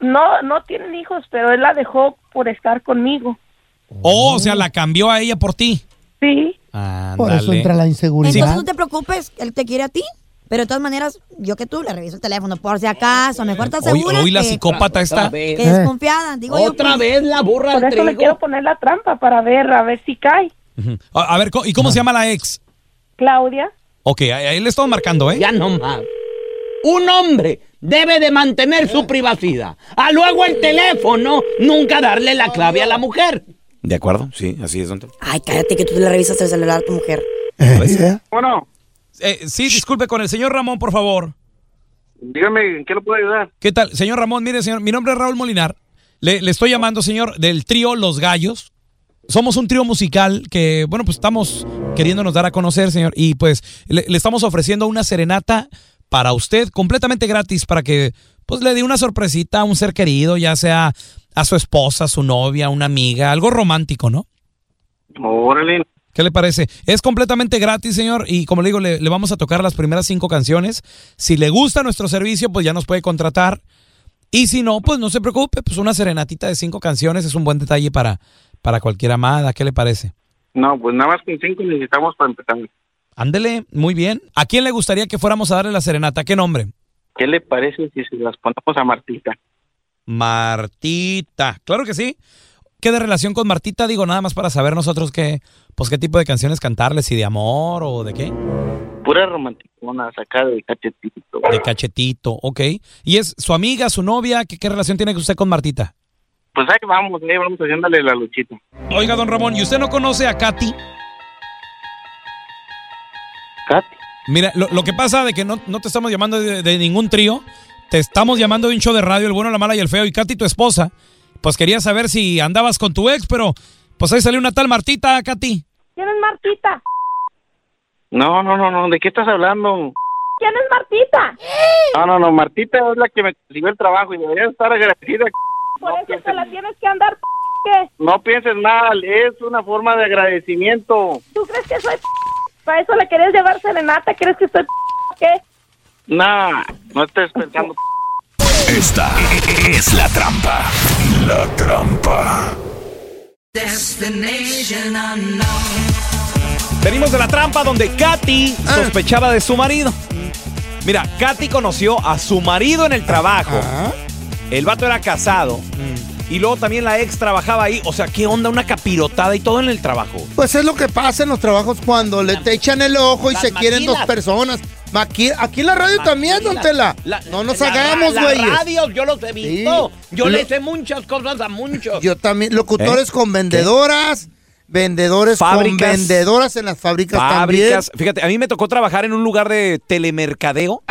No, no tienen hijos, pero él la dejó por estar conmigo.
O, o sea, la cambió a ella por ti.
Sí.
Por eso entra la
Entonces no
inseguridad.
te preocupes, él te quiere a ti. Pero de todas maneras, yo que tú le reviso el teléfono por si acaso. Mejor estás
Hoy,
segura
hoy la
que-
psicópata está.
que desconfiada. Digo pues.
Otra
vez la burra
Por eso le quiero poner la trampa para ver, a ver si cae.
Ujú. A, a ver, co- ¿y cómo se llama la ex?
Claudia.
Ok, ahí ahí le estamos marcando, ¿eh?
Ya no más. Un hombre debe de mantener su privacidad. A luego el teléfono, nunca darle la clave a la mujer.
De acuerdo, sí, así es, don Telo.
Ay, cállate que tú le revisas el celular a tu mujer.
Bueno. Pues, Eh, sí, disculpe, con el señor Ramón, por favor.
Dígame, ¿en qué lo puedo ayudar?
¿Qué tal? Señor Ramón, mire, señor, mi nombre es Raúl Molinar. Le, le estoy llamando, señor, del trío Los Gallos. Somos un trío musical que, bueno, pues estamos queriéndonos dar a conocer, señor, y pues le, le estamos ofreciendo una serenata para usted completamente gratis para que pues le dé una sorpresita a un ser querido, ya sea a su esposa, a su novia, una amiga, algo romántico, ¿no?
Órale.
¿Qué le parece? Es completamente gratis, señor. Y como le digo, le, le vamos a tocar las primeras cinco canciones. Si le gusta nuestro servicio, pues ya nos puede contratar. Y si no, pues no se preocupe, pues una serenatita de cinco canciones es un buen detalle para, para cualquier amada. ¿Qué le parece?
No, pues nada más con cinco necesitamos para empezar.
Ándele, muy bien. ¿A quién le gustaría que fuéramos a darle la serenata? ¿Qué nombre?
¿Qué le parece si se las ponemos a Martita?
Martita. Claro que sí. ¿Qué de relación con Martita? Digo, nada más para saber nosotros qué, pues qué tipo de canciones cantarles, si de amor o de qué.
Pura romanticona, sacada de cachetito.
De cachetito, ok. ¿Y es su amiga, su novia? ¿Qué, qué relación tiene usted con Martita?
Pues ahí vamos, ahí vamos haciéndole la luchita.
Oiga, don Ramón, ¿y usted no conoce a Katy?
¿Katy?
Mira, lo, lo que pasa de que no, no te estamos llamando de, de ningún trío, te estamos llamando de un show de radio, el bueno, la mala y el feo, y Katy, tu esposa, pues quería saber si andabas con tu ex, pero pues ahí salió una tal Martita, Katy.
¿Quién es Martita?
No, no, no, no, ¿de qué estás hablando?
¿Quién es Martita?
No, no, no, Martita es la que me consiguió el trabajo y debería estar agradecida.
Por eso te la tienes que andar. ¿Qué?
No pienses mal, es una forma de agradecimiento.
¿Tú crees que soy? ¿Para eso le querés llevar serenata? ¿Crees que soy? ¿Qué?
Nah, no estés pensando.
Esta es la trampa. La trampa.
Destination unknown.
Venimos de la trampa donde Katy
Ah.
sospechaba de su marido. Mira, Katy conoció a su marido en el trabajo.
Ah.
El vato era casado. Y luego también la ex trabajaba ahí. O sea, ¿qué onda? Una capirotada y todo en el trabajo.
Pues es lo que pasa en los trabajos cuando le te echan el ojo y se quieren dos
maquilas.
personas. Maqui- aquí en la radio también, don Tela.
Maquilas. La-
no nos
la-
hagamos,
la
güey.
radio, yo los he visto. Yo
Lo-
le sé muchas cosas a muchos.
Yo también, locutores
¿Eh?
con vendedoras, vendedores
Fábricas.
con vendedoras en las fábricas,
Fábricas. Fíjate, a mí me tocó trabajar en un lugar de telemercadeo.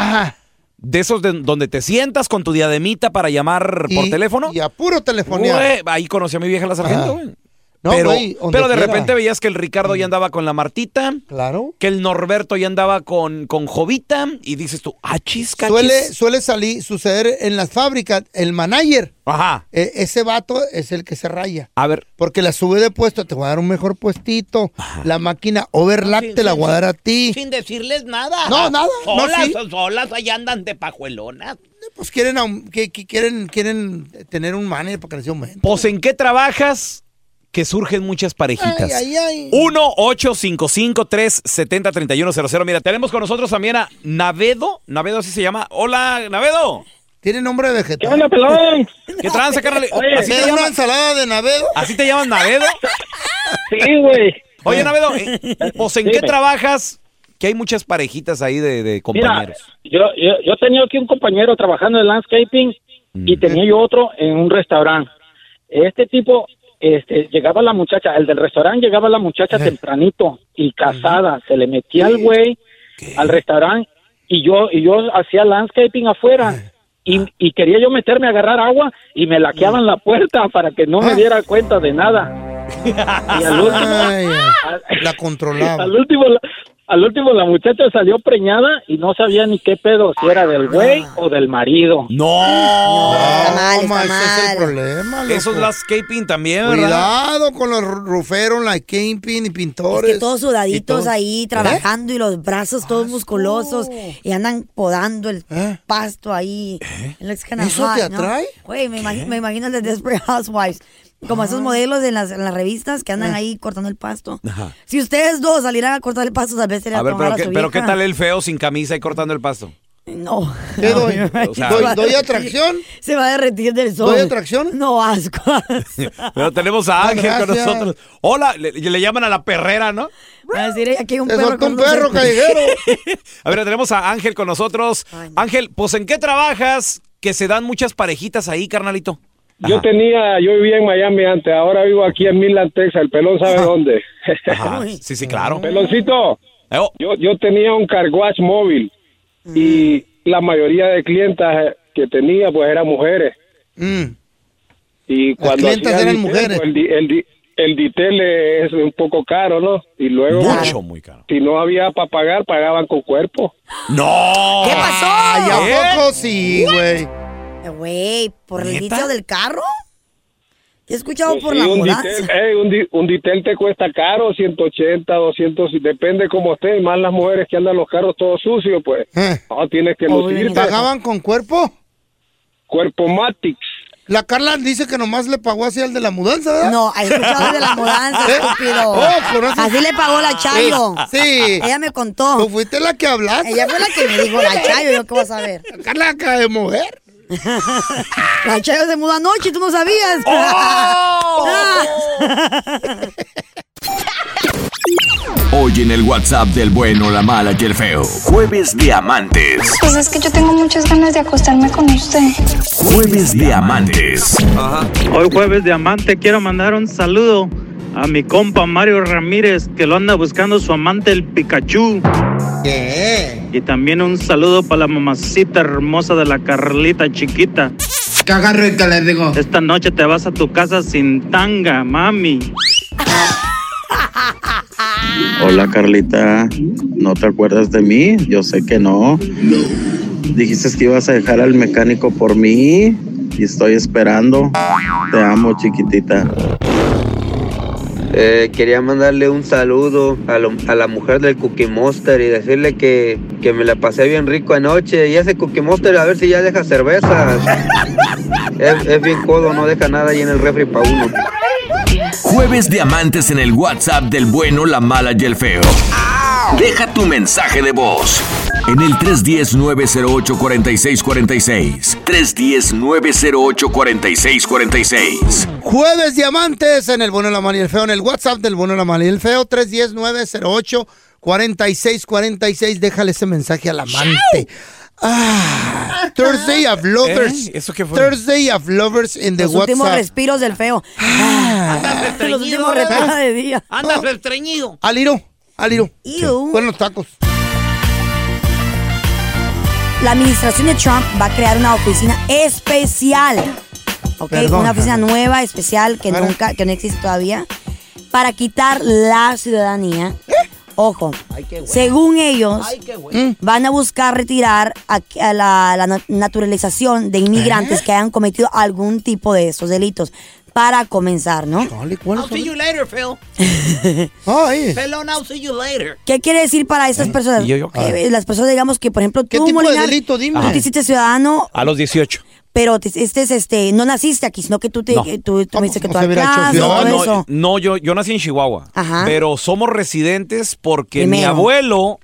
De esos de- donde te sientas con tu diademita para llamar por
Y-
teléfono.
y a puro telefonear.
Güey, ahí conocí a mi vieja la sargento, güey.
No, pero,
güey, donde
pero de
quiera.
repente veías que el Ricardo ya andaba con la Martita.
Mm. Claro.
Que el Norberto ya andaba con, con Jovita. Y dices tú, ah, chisca.
Suele, suele salir, suceder en las fábricas, el manager. E,
Ajá.
ese vato es el que se raya.
A ver.
Porque la sube de puesto, te voy a dar un mejor puestito. La máquina overlack te la voy a dar a ti.
Sin decirles nada.
No, nada, no,
Solas,
sí.
solas, ahí andan de pajuelonas.
Pues quieren, aum- que- que quieren, quieren tener un manager para que les aumente.
Pues en qué trabajas que surgen muchas parejitas.
Ay, ay, ay.
1-855-370-3100. Mira, tenemos con nosotros también a Navedo. Navedo así se llama. Hola, Navedo.
Tiene nombre de vegetal.
¿Qué onda, pelón? ¿Qué tranza, carnal?
Oye,
Así te
¿es
llaman-
una ensalada de Navedo?
¿Así te llamas Navedo? Sí,
güey.
Oye, Navedo, ¿eh? pues en qué
Dime.
trabajas que hay muchas parejitas ahí de, de compañeros.
Mira, yo, yo, yo tenía aquí un compañero trabajando en landscaping
Mm.
y tenía yo otro en un restaurante. Este tipo, este, llegaba la muchacha, el del restaurante llegaba la
Eh.
muchacha tempranito y casada, se le metía al güey al restaurante y yo, y yo hacía landscaping
Eh.
afuera. Y, y quería yo meterme a agarrar agua y me
Mm.
laqueaban la puerta para que
Ah.
no me diera cuenta de nada. Y al último,
la controlaba.
Al último, la- al último la muchacha salió preñada y no sabía ni qué pedo, si era del güey o del marido.
¡No!
Toma, ese es el problema, loco.
Esos landscaping también, ¿verdad?
Cuidado con los ruferos, la camping y pintores.
que todos sudaditos
Y ¿eh? todo.
ahí trabajando y los brazos todos musculosos y andan podando el pasto ahí. en la escana
¿Eh? ¿Eso te
hot, ¿no?
atrae?
Güey, me, imagi- me imagino el de Desperate Housewives. Como
Ah.
esos modelos en las, en las revistas que andan ahí cortando el pasto. Si ustedes dos salieran a cortar el pasto, tal vez sería
A ver,
tomar
pero,
a
qué,
su
pero ¿qué
vieja.
tal el feo sin camisa y cortando el pasto?
No.
¿Qué doy?
No,
O sea-
se va a
¿Doy- doy
derretir.
atracción?
Se va a derretir del sol.
¿Doy
atracción?
No, asco.
Pero tenemos a
No,
Ángel con
gracias.
nosotros. Hola, le, le llaman a la perrera, ¿no?
Va a decir, "Ey, aquí hay un
Te
perro.
soltó
con
un
luces".
perro callejero.
A ver, tenemos a Ángel con nosotros. Ángel, pues ¿en qué trabajas que se dan muchas parejitas ahí, carnalito?
Yo tenía, yo vivía en Miami antes, ahora vivo aquí en Midland, Texas, el pelón sabe dónde.
Ajá, Sí, sí, claro.
Peloncito, yo, yo tenía un carguach móvil y la mayoría de clientas que tenía pues eran mujeres. Y cuando
clientas
hacía
eran
ditel,
mujeres.
pues, el, di- el, di- el ditel es un poco caro, ¿no? Y luego
Mucho,
muy caro. Si no había para pagar, pagaban con cuerpo.
No.
¿Qué
pasó?
Ay,
¿Eh?
¿a poco sí, güey?
Eh, Güey, ¿por el vicio del carro? He escuchado
Pues
por
sí,
la
un
mudanza.
ditel, ey, un, di- un ditel te cuesta caro, 180, 200, y depende como esté, y más las mujeres que andan los carros todos sucios, pues. No, tienes que lucirte.
Eh. ¿Pagaban con cuerpo?
Cuerpo Matic.
La Carla dice que nomás le pagó así al de la mudanza, ¿verdad? ¿Eh? Oh,
No, he escuchado el de la mudanza, estúpido. Así le pagó la Chayo.
Sí.
Ella me contó.
Tú fuiste la que hablaste.
Ella fue la que me dijo, la Chayo, yo qué vas a ver.
Carla acaba de mujer.
La Chayo se mudó anoche, tú no sabías. Ah,
Hoy en el WhatsApp del bueno, la mala y el feo. Jueves Diamantes.
Pues es que yo tengo muchas ganas de acostarme con usted.
Jueves Diamantes.
Hoy jueves diamante quiero mandar un saludo a mi compa Mario Ramírez que lo anda buscando su amante el Pikachu. Y también un saludo para la mamacita hermosa de la Carlita chiquita.
Que agarro y que le digo.
Esta noche te vas a tu casa sin tanga, mami.
Hola Carlita, ¿no te acuerdas de mí? Yo sé que no. Dijiste que ibas a dejar al mecánico por mí y estoy esperando. Te amo chiquitita.
Eh, quería mandarle un saludo a, lo- a la mujer del Cookie Monster y decirle que, que me la pasé bien rico anoche. Y ese Cookie Monster, a ver si ya deja cervezas. es, es bien codo, no deja nada ahí en el refri pa' uno.
Jueves Diamantes en el WhatsApp del bueno, la mala y el feo. Deja tu mensaje de voz en el 310-908-4646. 310-908-4646.
Jueves Diamantes en el Bueno, la Mala y el Feo, en el WhatsApp del Bueno, la Mala y el Feo, 310-908-4646. 4646 Déjale ese mensaje al amante. Ah, Thursday of Lovers.
¿Eh? ¿Eso qué fue?
Thursday of Lovers in the
Los últimos
WhatsApp.
respiros del feo. Ah, Los últimos
¿verdad?
respiros de día.
Andas estreñido.
Aliro, Aliro.
Iu.
Fueron los tacos.
La administración de Trump va a crear una oficina especial. ¿ok?
Perdón,
una oficina
Carla.
nueva, especial, que nunca, que no existe todavía. para quitar la ciudadanía.
¿Eh?
Ojo, según ellos, mm, van a buscar retirar a, a la, la na- naturalización de
¿Eh?
inmigrantes que hayan cometido algún tipo de esos delitos. Para comenzar, ¿no?
I'll see you later, Phil. Pelón, I'll see you later.
¿Qué quiere decir para estas personas?
¿Y yo, yo qué?
Eh, las personas, digamos que, por ejemplo, tú,
tipo de
Molinar,
delito? Dime.
tú te hiciste ciudadano,
A los 18.
pero te- este es este, no naciste aquí, sino que tú te,
No.
que tú, tú me dices que tú
No,
atrás, todo
no,
eso.
no, yo, yo nací en Chihuahua.
Ajá.
Pero somos residentes porque mi
Primero.
abuelo.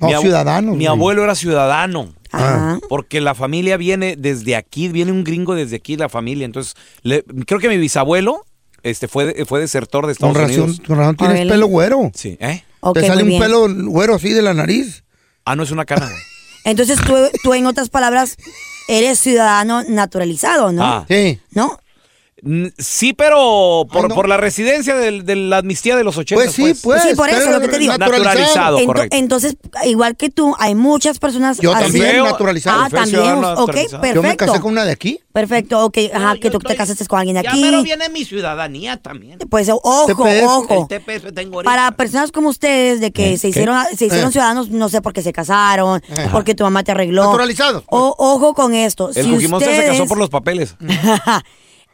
No,
mi abu-
ciudadanos,
Mi
güey.
abuelo era ciudadano.
Ajá.
Porque la familia viene desde aquí, viene un gringo desde aquí, la familia. Entonces, le- creo que mi bisabuelo este, fue, de- fue desertor de
Con
Estados
razón,
Unidos.
con razón tienes pelo güero.
Sí, ¿eh?
Te sale un pelo güero así de la nariz.
Ah, no es una cana, güey.
Entonces tú, tú, en otras palabras, eres ciudadano naturalizado, ¿no?
Ah.
Sí.
¿No?
Mm, Sí, pero por, por la residencia del- de la amnistía de los 80.
Pues sí, pues, Sí, por eso, pero lo que te digo.
Naturalizado,
Ento-
correcto.
Entonces, igual que tú, hay muchas personas
Yo
así.
también naturalizado.
Ah, también. Ok, perfecto.
Yo me casé con una de aquí.
Perfecto, ok. Ajá, que tú te casaste con alguien de
Ya
aquí.
mero viene mi ciudadanía también.
Pues ojo,
TPS. El
ojo.
TPS tengo ahorita.
Para personas como ustedes, de que
¿Eh?
se
¿Qué?
hicieron, se hicieron
Eh.
ciudadanos, no sé, porque se casaron,
Ajá.
porque tu mamá te arregló.
Naturalizados,
O- ojo con esto.
El
si
Cookie Monster se casó
ustedes-
por los papeles.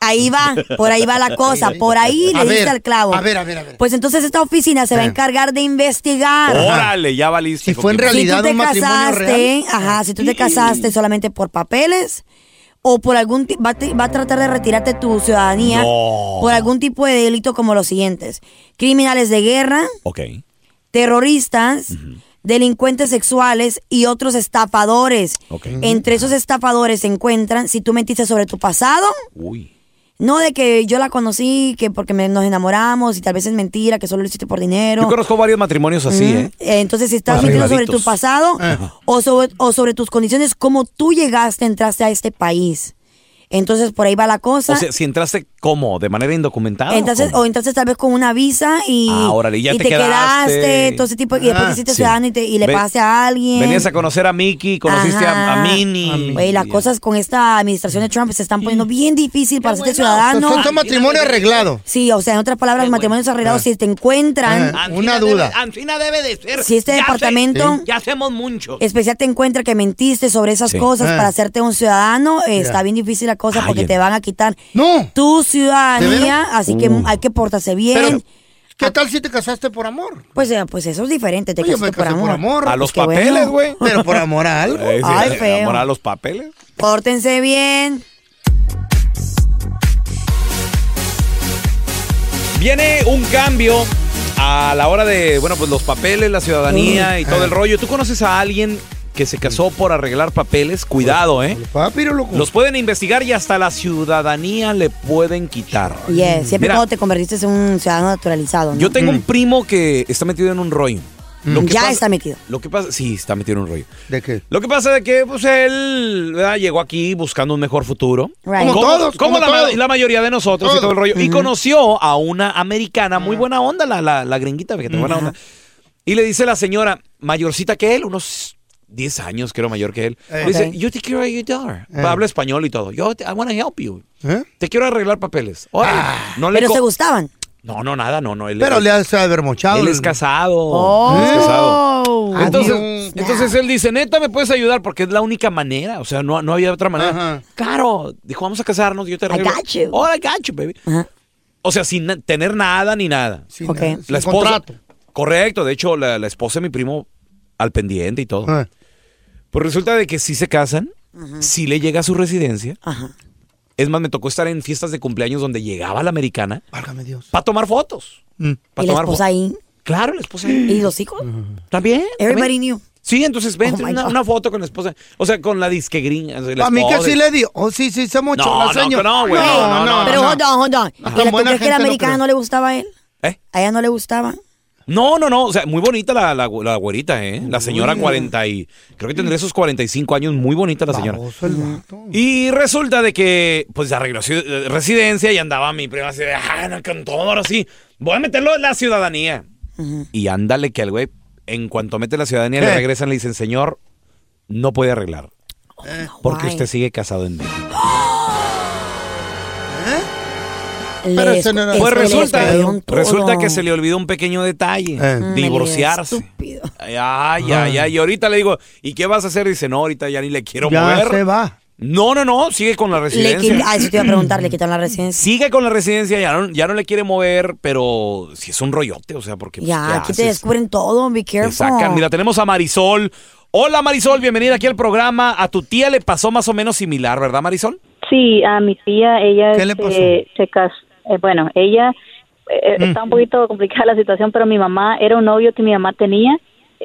Ahí va, por ahí va la cosa, por ahí
A
le diste
ver,
al clavo.
a ver, a ver, a ver.
Pues entonces esta oficina se va a
Ah.
encargar de investigar.
Órale, ya valiste. Si
fue en realidad
Ah. si tú te
un matrimonio
casaste,
real.
ajá, si tú te casaste solamente por papeles o por algún ti- va, a ti- va a tratar de retirarte tu ciudadanía
No.
por algún tipo de delito como los siguientes: criminales de guerra,
Ok.
terroristas, delincuentes sexuales y otros estafadores.
Ok.
Entre esos estafadores se encuentran si tú mentiste sobre tu pasado.
Uy.
No de que yo la conocí, que porque me- nos enamoramos y tal vez es mentira, que solo lo hiciste por dinero.
Yo conozco varios matrimonios así,
Mm,
¿eh?
eh, Entonces, si estás mintiendo
Arregladitos.
sobre tu pasado
Ah.
Ajá.
o sobre, o sobre tus condiciones, cómo tú llegaste, entraste a este país. Entonces, por ahí va la cosa.
O sea, si entraste, ¿cómo? ¿De manera indocumentada?
entonces,
cómo?
o entraste tal vez con una visa y,
Ah, órale, ya
y
te
quedaste,
quedaste.
todo ese tipo, y después
Ah,
te hiciste
sí.
ciudadano y, te- y le
Ve-
pagaste a alguien.
Venías a conocer a Mickey, conociste a, a
Ajá.
Mini.
Güey, las cosas con esta administración de Trump se están poniendo bien difícil para ser ciudadano.
Pues
Ah,
Son- son matrimonio arreglado.
Sí, o sea, en otras palabras, matrimonios arreglados,
Ah.
si te encuentran,
Ah, Una duda.
Anfina debe de ser.
Si este
Ya
departamento-
se- ya hacemos mucho.
especial te encuentra que mentiste sobre esas
Sí.
cosas
Ah.
para hacerte un ciudadano, eh,
Ya.
está bien difícil la cosa porque
Ay,
te van a quitar tu
Ah, ¿De
ciudadanía,
veras?
así que
Uh.
hay que portarse bien. Ah.
Pero, ¿Qué tal si te casaste por amor?
pues, eh, pues eso es diferente, te
Oye, me
casaste por
casé
amor.
por amor.
A los
Pues qué bueno.
papeles, güey.
Pero por amor a algo.
Eh, sí,
Ay,
eh,
feo.
amor a los papeles.
Pórtense bien.
Viene un cambio a la hora de, bueno, pues los papeles, la ciudadanía y todo el rollo. ¿Tú conoces a alguien que se casó por arreglar papeles? Cuidado, ¿eh? Los pueden investigar y hasta la ciudadanía le pueden quitar.
Mm.
Yeah, siempre
Mira,
cuando te convertiste en un ciudadano naturalizado. ¿no? Mm.
yo tengo un primo que está metido en un rollo. Lo que
ya
pasa-
está metido.
Lo que pasa, sí, está metido en un rollo. ¿De qué? Lo que pasa es que, pues, él ¿verdad? llegó aquí buscando un mejor futuro.
Right. Como todos, como
la, ma-
todos.
la mayoría de nosotros y
Todos.
todo el rollo. Y
Ujú.
conoció a una americana, muy buena onda, la, la, la gringuita, fíjate, buena onda. Y le dice la señora, mayorcita que él, unos 10 años creo mayor que él.
Eh.
Le dice,
Ok.
yo te quiero ayudar.
Eh.
Habla español y todo. Yo, te, I want to help you.
¿Eh?
Te quiero arreglar papeles. Órale. no
Pero
co-
se gustaban.
No, no, nada, no, no. Él,
Pero le hace haber mochado.
él es casado.
Oh.
Él es
Oh.
casado. Pues Entonces,
Adiós.
entonces él dice, neta, ¿me puedes ayudar? Porque es la única manera. O sea, no, no había otra manera. Claro. Dijo, vamos a casarnos, yo te arreglo.
got you.
Oh, I got you, baby. O sea, sin na- tener nada ni nada.
Ok. nada, sin
La esposa.
contrato.
Correcto. De hecho, la, la esposa de mi primo al pendiente y
Ah.
todo. Ah. Pues resulta de que si se casan, si le llega a su residencia. Es más, me tocó estar en fiestas de cumpleaños donde llegaba la americana. Para tomar fotos.
Mm.
Para
Y la
tomar
esposa
fo-
ahí.
Claro, la esposa ahí.
¿Y los hijos?
También.
Everybody
también.
knew.
Sí, entonces ven
Oh, my
una,
God.
una foto con la esposa. O sea, con la disque gringa. o sea, la
A mí que
esposa.
sí le dio. Oh, sí, sí, se mochó
No,
la
no,
señora.
no, güey, no, no, no,
Pero
no.
hold on, hold on. ¿Y
Ajá,
que la- ¿Tú
buena
crees que la
gente no
americana no,
creo.
le gustaba a él?
¿Eh?
A ella no le gustaba.
No, no, no. O sea, muy bonita la, la, la güerita, ¿eh? La señora 40 y... Creo que tendría esos 45 años. Muy bonita la señora. Y resulta de que, pues, ya arregló ciu- eh, residencia y andaba mi prima así de... "Ah, no, con todo, ahora sí. Voy a meterlo en la ciudadanía. Y ándale que al güey, en cuanto mete la ciudadanía, le
Eh.
regresan, le dicen, señor, no puede arreglar. Porque
Why?
usted sigue casado en México.
Pero ese no era-
Pues resulta,
escogieron todo.
resulta que se le olvidó un pequeño detalle,
Eh.
divorciarse. Ay, ay, ay, ay. Y ahorita le digo, ¿y qué vas a hacer? Dice, no, ahorita ya ni le quiero
ya
mover.
se va.
No, no, no, sigue con la
Le quit-
residencia.
ah, eso te iba a preguntar, le quitaron la residencia.
Sigue con la residencia, ya no, ya no le quiere mover, pero si es un rollote, o sea, porque pues, ¿qué
Ya, aquí te
haces?
descubren todo, be
Te
careful.
sacan. Mira, tenemos a Marisol. Hola Marisol, bienvenida aquí al programa. A tu tía le pasó más o menos similar, ¿verdad Marisol?
Sí, a mi tía, ella
¿Qué le
se-
pasó?
Se, casó. bueno, ella eh,
Mm.
está un poquito complicada la situación, pero mi mamá era un novio que mi mamá tenía.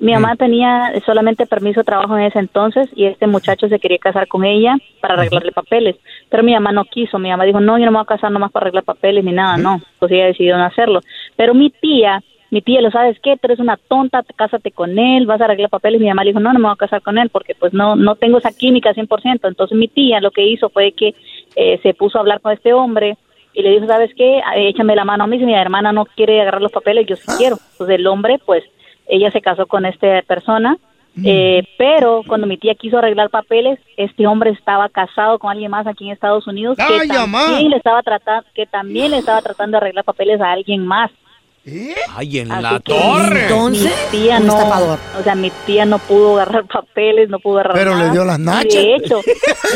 Mi
Mm.
mamá tenía solamente permiso de trabajo en ese entonces y este muchacho se quería casar con ella para arreglarle papeles, pero mi mamá no quiso. Mi mamá dijo, no, yo no me voy a casar nomás para arreglar papeles ni nada, no. Entonces ella decidió no hacerlo. Pero mi tía, mi tía, ¿lo sabes qué? Tú eres una tonta, cásate con él, vas a arreglar papeles. Mi mamá le dijo, no, no me voy a casar con él porque pues no, no tengo esa química 100%. Entonces mi tía lo que hizo fue que eh, se puso a hablar con este hombre y le dijo, ¿sabes qué? Ah, Échame la mano a mí, si mi hermana no quiere agarrar los papeles, yo sí quiero. Entonces el hombre, pues, ella se casó con esta persona, eh, pero cuando mi tía quiso arreglar papeles, este hombre estaba casado con alguien más aquí en Estados Unidos que
¡Ay, amá!
también, le estaba tratando, que también le estaba tratando de arreglar papeles a alguien más.
Ay, en
Ah,
Así
la
que
torre.
mi tía
un
no,
estafador.
o sea, mi tía no pudo agarrar papeles, no pudo agarrar
Pero le
nada.
dio las
Y
nachas.
De hecho,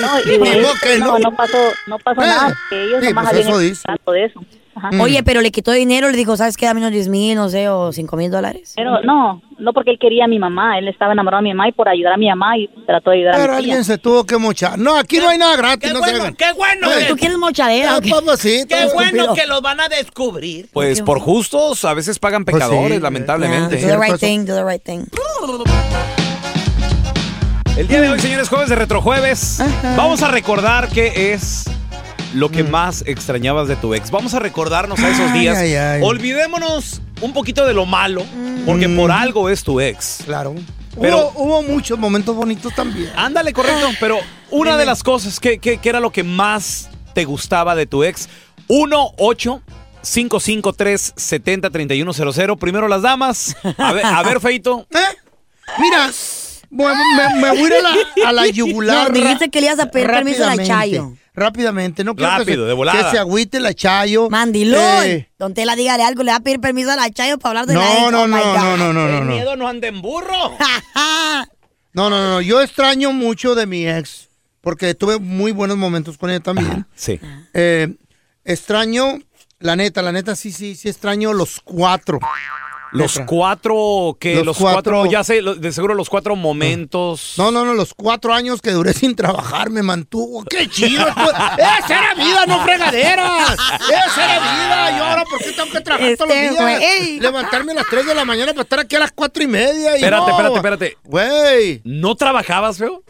no, y de
Pues no,
hecho,
que
no,
no. Eh,
no pasó, no pasó nada. porque Ellos
sí,
nomás
pues
habían
eso
hecho
dice. Mm.
tanto de eso. Ajá.
Oye, pero le quitó dinero, le dijo, ¿sabes qué? Dame unos 10 mil, no sé, o 5 mil dólares.
Pero no, no porque él quería a mi mamá, él estaba enamorado de mi mamá y por ayudar a mi mamá y trató de ayudar
Pero
a mi tía.
alguien se tuvo que mochar. No, aquí no hay nada gratis. no se hagan.
qué bueno,
Eh,
¿tú
quieres mochadera?
Ah, pues, sí, todo estúpido.
los van a descubrir.
Pues por justos a veces pagan pecadores,
Pues sí, eh,
lamentablemente.
Do the right thing, do the right thing.
El día de hoy, señores, jueves de retrojueves, vamos a recordar qué es lo que más extrañabas de tu ex. Vamos a recordarnos a esos
Mm. Ay,
días.
ay, ay.
Olvidémonos un poquito de lo malo, porque por algo es tu ex.
Claro.
Pero
Mm. hubo, hubo muchos momentos bonitos también.
Ándale, correcto.
Ah.
Pero una de las cosas que, que- que era lo que más te gustaba de tu ex, 1 8 553 70 3100. Primero las damas. A ver, a ver Feito.
Mira, me, me- me voy a ir a la, a la yugular.
No, dijiste que le ibas a pedir Ah, permiso a la
Rápidamente,
Chayo.
Rápidamente, no quiero que
Rápido,
se-
de volada.
que se agüite la Chayo.
Mandilón.
Eh,
Don Tela, dígale algo, le va a pedir permiso a la Chayo para hablar de la
no,
ex.
no,
Oh, my
no,
God.
no, no, no, no, no.
no anden burro.
No, no, no, Yo extraño mucho de mi ex porque tuve muy buenos momentos con ella también.
Sí.
Eh, extraño, la neta, la neta, sí, sí, sí extraño los cuatro.
Los
Neta.
cuatro, que
Los
los, cuatro,
cuatro-
ya sé, lo- de seguro los cuatro momentos.
No, no, no, los cuatro años que duré sin trabajar me mantuvo. ¡Qué chido! estuvo! ¡Esa era vida, no fregaderas! ¡Esa era vida! ¿Y ahora por qué tengo que trabajar todos
Este
los días?
güey.
Levantarme a las tres de la mañana para estar aquí a las cuatro y media. Y
Espérate,
no,
espérate, espérate.
Güey.
¿No trabajabas, feo?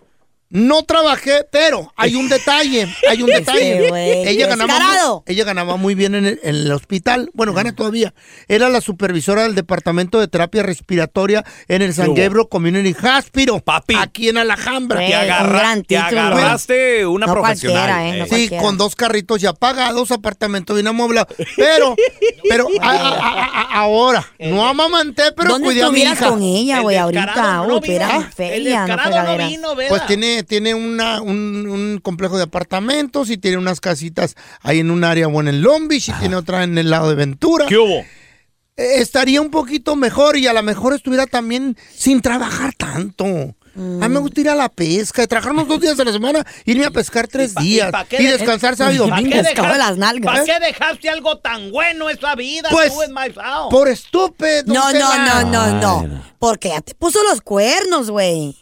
No trabajé, pero hay un detalle, hay un
Este
detalle.
güey,
ella, ganaba muy,
descarado. Ah.
ella ganaba muy bien en el, en el hospital, bueno, gana todavía. Era la supervisora del departamento de terapia respiratoria en el San
hubo?
Gabriel Community Hospital, aquí en Alhambra.
Te, agarra- te agarraste una profesional. eh.
sí, con dos carritos ya pagados, apartamento bien amueblado. Pero, pero a- a- a- a- ahora, no amamanté, pero
¿Dónde
cuidé a mi
estuvieras
hija.
con ella, güey, ahorita?
Oh,
Uy, era
Ah,
feria, no fregadera.
Pues tiene, tiene una, un, un complejo de apartamentos y tiene unas casitas ahí en un área buena en Long Beach y tiene otra en el lado de Ventura.
¿Qué hubo?
Eh, estaría un poquito mejor y a lo mejor estuviera también sin trabajar tanto. A mí me gusta ir a la pesca, trabajar unos dos días a la semana, irme a pescar tres días
pa' qué
y
de-
descansar sábado y
¿Pa'
domingo.
qué dejaste- ¿Para
¿Eh?
qué dejaste algo tan bueno en esa vida?
Pues,
tú, esmaizao?
Por estúpido.
No,
don
no,
Tela.
no, no, no. Porque ya te puso los cuernos, güey.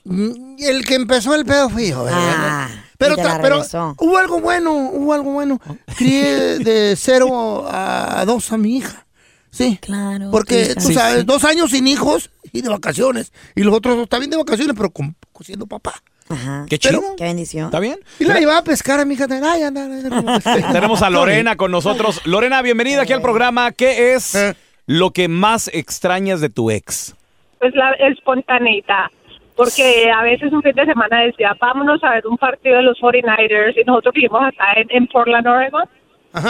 El que empezó el pedo fue yo.
Ah, y
Pero,
te
tra-
la
pero
regresó.
hubo algo bueno, hubo algo bueno. Crié de cero a dos a mi hija. Sí. Claro. Porque,
está
tú
bien.
sabes,
Sí, sí.
dos años sin hijos y de vacaciones. Y los otros dos también de vacaciones, pero con, siendo papá.
Ajá.
Qué chido.
Ah, Qué bendición.
¿Está bien?
Y la llevaba a pescar a mi hija. Ay, anda, anda, anda. Este,
Tenemos a Lorena con nosotros. Lorena, bienvenida
Eh.
aquí al programa. ¿Qué es
Eh.
lo que más extrañas de tu ex?
pues la espontaneidad. Porque a veces un fin de semana decía, vámonos a ver un partido de los 49ers y nosotros vivimos acá en, en Portland, Oregon.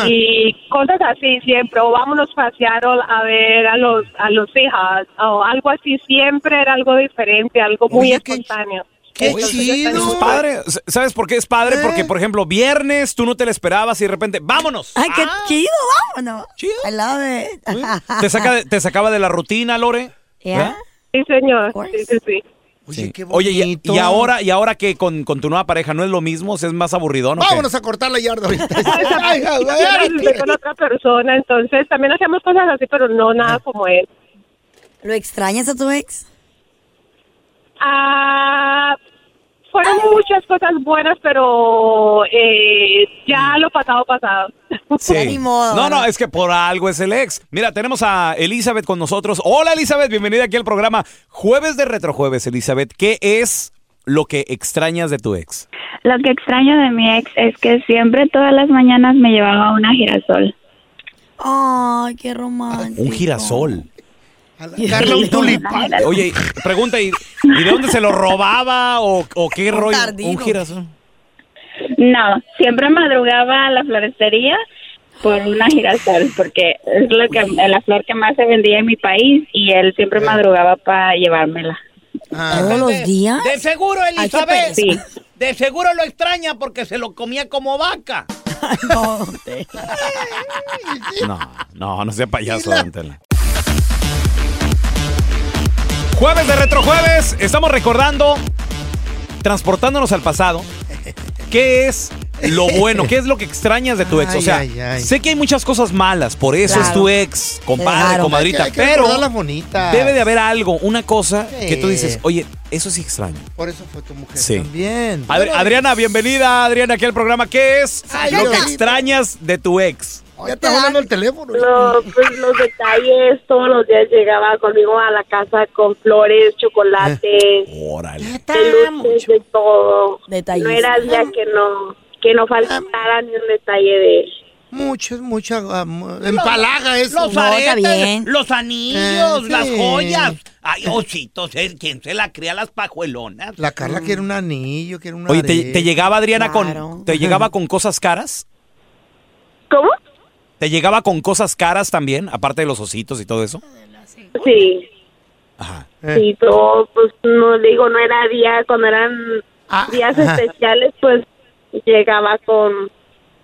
Y cosas así siempre, o vámonos a Seattle a ver a los a los hijas, o algo así, siempre era algo diferente, algo muy espontáneo.
¡Qué
Oye,
chido! Eh.
Eso es padre. S- ¿Sabes por qué es padre? Porque, por ejemplo, viernes tú no te la esperabas y de repente, ¡vámonos!
Ay, qué
Ah.
chido, vámonos. Chido. I love it.
Te, saca de- te sacaba de la rutina, Lore.
¿Eh?
¿verdad?
Sí, señor. Sí, sí, sí.
Sí. Oye, y, y ahora, y ahora que con, con tu nueva pareja no es lo mismo, o sea, es más aburridón. ¿o qué?
Vámonos a cortar la yarda ahorita. Ay, ay, ay,
Yo
ay.
no estoy con otra persona, entonces también hacemos cosas así, pero no
Ah.
nada como él.
¿Lo extrañas a tu ex?
Ah, fueron muchas cosas buenas, pero eh,
Mm.
ya lo pasado, pasado.
Sí. no, no, es que por algo es el ex. Mira, tenemos a Elizabeth con nosotros. Hola, Elizabeth, bienvenida aquí al programa Jueves de Retrojueves, Elizabeth. ¿Qué es lo que extrañas de tu ex?
Lo que extraño de mi ex es que siempre todas las mañanas me llevaba una girasol.
Ay, qué romántico.
Un girasol.
Carla, un tulipán.
Oye, pregunta, ¿y, y de dónde se lo robaba o, o qué
Un
rollo?
tardino.
Un girasol.
No, siempre madrugaba a la florestería por una girasol, porque es lo que, la flor que más se vendía en mi país y él siempre madrugaba para llevármela.
¿Todos los días?
De seguro,
qué
Elizabeth.
pereza.
De seguro lo extraña porque se lo comía como vaca.
No, no, no sea payaso, don Tela. Jueves de Retrojueves, estamos recordando, transportándonos al pasado, ¿qué es lo bueno? ¿Qué es lo que extrañas de tu ex? O sea,
Ay, ay, ay.
sé que hay muchas cosas malas, por eso es
Claro.
tu ex, compadre,
Claro.
comadrita,
Hay que- hay que
pero
recordar las bonitas.
debe de haber algo, una cosa que tú dices,
Sí.
oye, eso sí extraño.
Por eso fue tu mujer
Sí.
también.
Adri- Adriana, bienvenida, Adriana, aquí al programa, ¿qué es
Ay,
lo que
Diosito.
extrañas de tu ex?
Ya está hablando el teléfono.
Lo- pues, los detalles, todos los días llegaba conmigo a la casa con flores,
Eh.
chocolates, de luces, de todo.
Detalles.
No era día que no que no faltara ni un detalle de él.
Mucho, es mucha. ah, mu- empalaga eso.
Los aretes, los anillos,
Eh,
las
sí.
joyas. Ay, ositos, ¿eh? ¿quién se la cría las pajuelonas?
La Carla quiere un anillo, quiere una.
Mm. Oye, ¿te, te llegaba Adriana
Claro.
con te llegaba con cosas caras?
¿Cómo?
¿Te llegaba con cosas caras también, aparte de los ositos y todo eso?
Sí. Sí, todo, pues no digo, no era día, cuando eran días
ajá.
especiales, pues llegaba con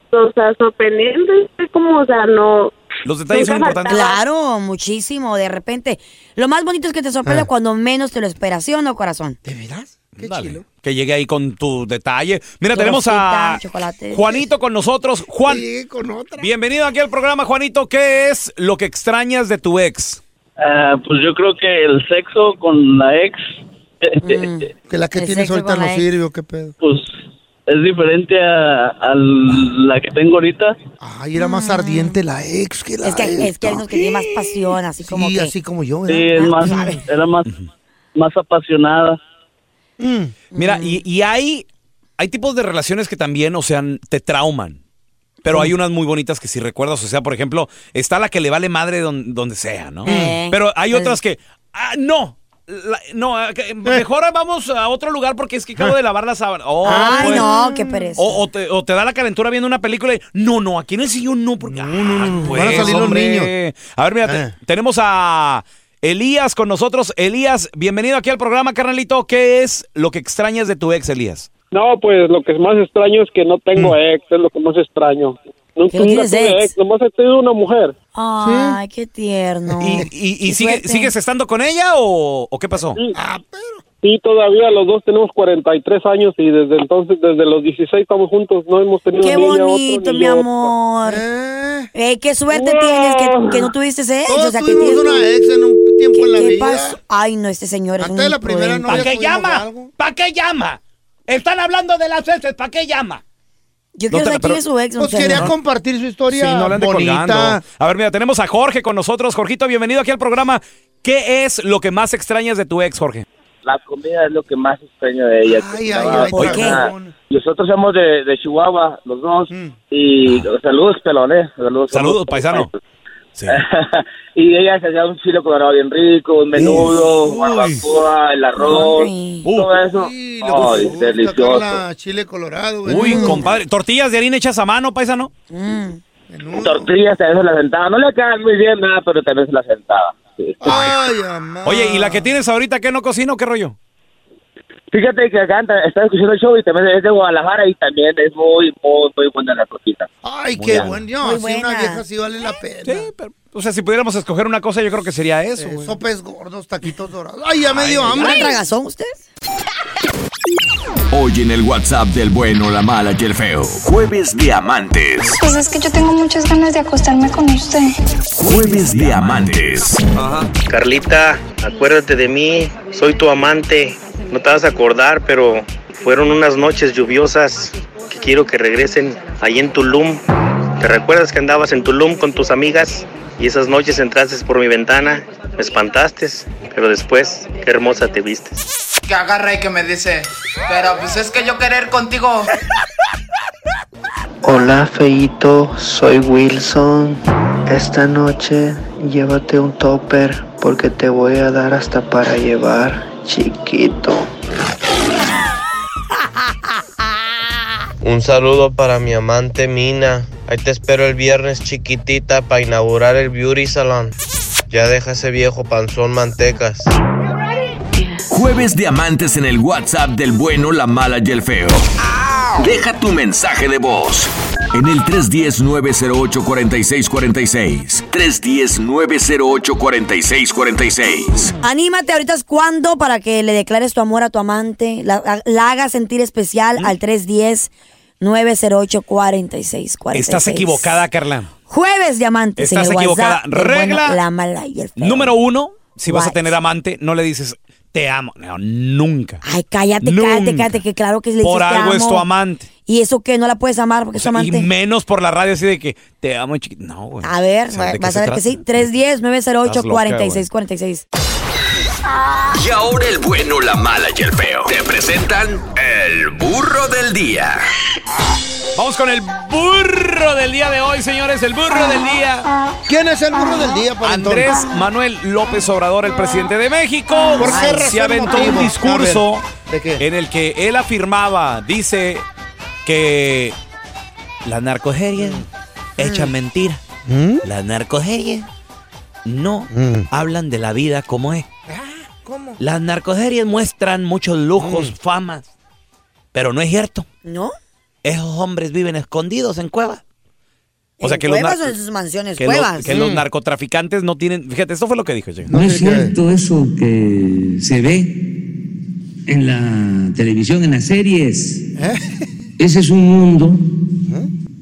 cosas sorprendentes, como, o sea, no.
Los detalles son
Nunca
importantes.
faltaba.
Claro, muchísimo. De repente, lo más bonito es que te sorprende
Ah.
cuando menos te lo esperas, ¿sí o no, corazón?
¿De veras?
Qué
Dale, Que llegue ahí con tu detalle. Mira, tenemos
Rosita,
a
chocolate.
Juanito con nosotros. Juan, bienvenido aquí al programa, Juanito. ¿Qué es lo que extrañas de tu ex?
Ah, pues yo creo que el sexo con la ex
Mm.
Que la que
El
tienes
sexo
ahorita
con
no
la ex.
sirve, ¿o qué pedo?
pues es diferente a, a la que tengo ahorita.
Ay, era más ardiente la ex que la
Es que, hay- es que hay unos que tienen más pasión, así como que...
así como yo. Ah, pues,
Sí, es más, era más, más apasionada.
Mm.
Mm.
Mira, y, y hay, hay tipos de relaciones que también, o sea, te trauman. Pero
Mm.
hay unas muy bonitas que si recuerdas, o sea, por ejemplo, está la que le vale madre don- donde sea, ¿no?
Eh.
Pero hay
Eh.
pues
otras que, ah, no, la- no, ah,
Eh.
que- mejor vamos a otro lugar porque es que acabo de lavar la sábana. Oh,
Ay,
pues.
no, qué pereza.
Oh,
O, o te, o te da la calentura viendo una película y, no, no, aquí en el sillón no, porque... No, no,
van a salir los niños. Ah.
A ver, mira, te- tenemos a Elías con nosotros. Elías, bienvenido aquí al programa, carnalito. ¿Qué es lo que extrañas de tu ex, Elías?
No, pues lo que es más extraño es que no tengo
Mm.
ex, es lo que más extraño. Nunca,
¿Que no
nunca
tienes
tuve
ex?
ex, nomás he tenido una mujer.
oh,
Ay, qué tierno.
¿Y, y
Qué
sigue-
suerte.
sigues estando con ella o, o qué pasó?
ah, pues,
Sí, todavía los dos tenemos 43 años y desde entonces, desde los 16 estamos juntos, no hemos tenido
Qué
ni ella
bonito,
otro, ni
mi
yo.
amor.
¿Eh?
Ey, qué suerte tienes que, que no tuviste ese ex. O sea, que tienes una
ex en un tiempo
en la vida. Ay, no, este señor es un imprudente.
¿Para qué llama? ¿Para qué llama? Están hablando de las exes, ¿para qué llama?
Yo
No quiero te- saber quién pero- es su ex, don
Pues quería
Tela.
compartir su
Sí,
historia
no le ande
bonita.
colgando. A ver, mira, tenemos a Jorge con nosotros. Jorgito, bienvenido aquí al programa. ¿Qué es lo que más extrañas de tu ex, Jorge?
La comida es lo que más extraño de ella.
Ay,
No,
ay, ay,
o
¿por Mm.
sea, Nosotros somos de, de Chihuahua, los dos. Y saludos, pelón, ¿eh? Saludos,
Saludos,
somos-
paisano.
y ella se hacía un chile colorado bien rico, un menudo, barbacoa, el arroz, todo eso. Ay, delicioso.
Ah, chile colorado.
Uy, compadre. ¿Tortillas de harina hechas a mano, paisano?
Mm.
Tortillas también se las sentaba. No le quedan muy bien nada, pero también se las sentaba. Sí.
Ay, amá.
Oye, ¿y la que tienes ahorita que no cocina o qué rollo?
Fíjate que acá anda- está escuchando el show y también es de Guadalajara y también es muy, muy, muy buena la cosita.
Ay,
Muy
qué
buena.
bueno. No, si una vieja sí vale la pena.
O sea, si pudiéramos escoger una cosa, yo creo que sería eso. güey.
Eh, Sopes gordos, taquitos dorados. Ay, ya me dio hambre.
¿Una tragazón usted?
Hoy en el WhatsApp del bueno, la mala y el feo. Jueves Diamantes.
Pues es que yo tengo muchas ganas de acostarme con usted.
Jueves Diamantes.
Carlita, acuérdate de mí, soy tu amante. No te vas a acordar, pero fueron unas noches lluviosas que quiero que regresen ahí en Tulum. ¿Te recuerdas que andabas en Tulum con tus amigas? Y esas noches entraste por mi ventana, me espantaste, pero después, qué hermosa te vistes.
Que agarra y que me dice, pero pues es que yo querer contigo.
Hola Feito, soy Wilson. Esta noche llévate un topper porque te voy a dar hasta para llevar, chiquito.
Un saludo para mi amante Mina. Ahí te espero el viernes chiquitita para inaugurar el beauty salon. Ya deja ese viejo panzón mantecas.
Jueves Diamantes en el WhatsApp del bueno, la mala y el feo. Deja tu mensaje de voz en el 310-908-4646. 310-908-4646.
Anímate, ahorita es cuando para que le declares tu amor a tu amante, la, la hagas sentir
¿Mm?
especial al 310 908 4646
Estás equivocada, Carla.
Jueves diamantes. en
Estás
el
equivocada.
WhatsApp del Eh, bueno,
Regla
la mala y el feo.
Número uno, si vas a
What?
tener amante, no le dices te amo. No, nunca.
Ay, cállate, cállate, cállate, que claro que le dices
Por
te
algo es
amo.
tu amante.
Y eso que no la puedes amar porque es tu
Y
amante.
menos por la radio así de que te amo, chiquito. No, güey.
A ver,
O sea, ¿de
vas
qué
a
se
ver que
trata?
sí. 310 908
Estás loca, güey.
4646.
Y ahora el bueno, la mala y el feo. Te presentan el burro del día.
Vamos con el burro del día de hoy, señores. El burro del día.
¿Quién es el burro del día, por
Andrés
entonces?
Manuel López Obrador, el presidente de México.
¿Por qué
Se
razón,
aventó
motivo?
un discurso
A ver, ¿de qué?
en el que él afirmaba, dice que la narcogeria
Mm.
echa mentira. La narcogeria no
Mm.
hablan de la vida como es.
Ah,
¿Cómo?
Las narcoseries muestran muchos
Mm.
lujos, famas, pero no es cierto.
¿No?
Esos hombres viven escondidos en cuevas. O sea que, los,
cuevas
nar-
o en sus mansiones,
que los-
cuevas.
que
Mm.
los narcotraficantes no tienen... Fíjate, esto fue lo que dijo. Che.
No es cierto eso que se ve en la televisión, en las series. Ese es un mundo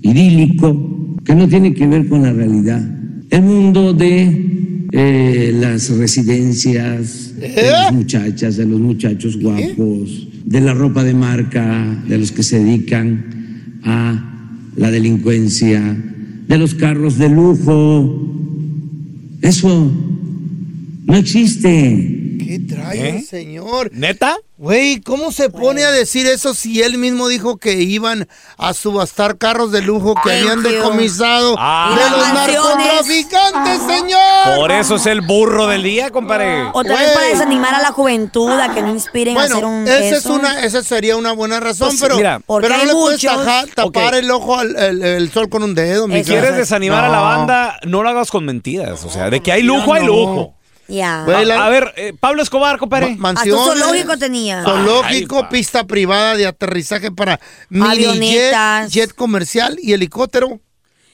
idílico que no tiene que ver con la realidad. El mundo de eh, las residencias, de las muchachas, de los muchachos guapos, de la ropa de marca, de los que se dedican a la delincuencia, de los carros de lujo. Eso no existe.
¿Qué trae,
¿Eh?
señor?
¿Neta?
Güey, ¿cómo se pone a decir eso si él mismo dijo que iban a subastar carros de lujo que habían decomisado
Ah.
de
Y
los
las
Mm.
mansiones.
narcotraficantes, señor?
Por eso es el burro del día, compadre.
Ah. O tal vez para desanimar a la juventud, a que no inspiren a hacer
Bueno,
un
esa, es
eso.
una, esa sería una buena razón,
Pues,
pero,
mira,
pero
porque
no
hay
le puedes
muchos.
tajar- tapar
Ok.
el ojo al el, el sol con un dedo. mi
Si quieres
cara.
desanimar a la
No.
banda, no lo hagas con mentiras. O sea, de que hay lujo, hay
no.
lujo.
Ya.
Güey, la-
A, a ver, eh, Pablo Escobar, compadre.
Ma-
Ah. Hasta un
mansiones.
zoológico tenía.
Zoológico, pista privada de aterrizaje para mini jet,
Avionetas.
jet comercial y helicóptero.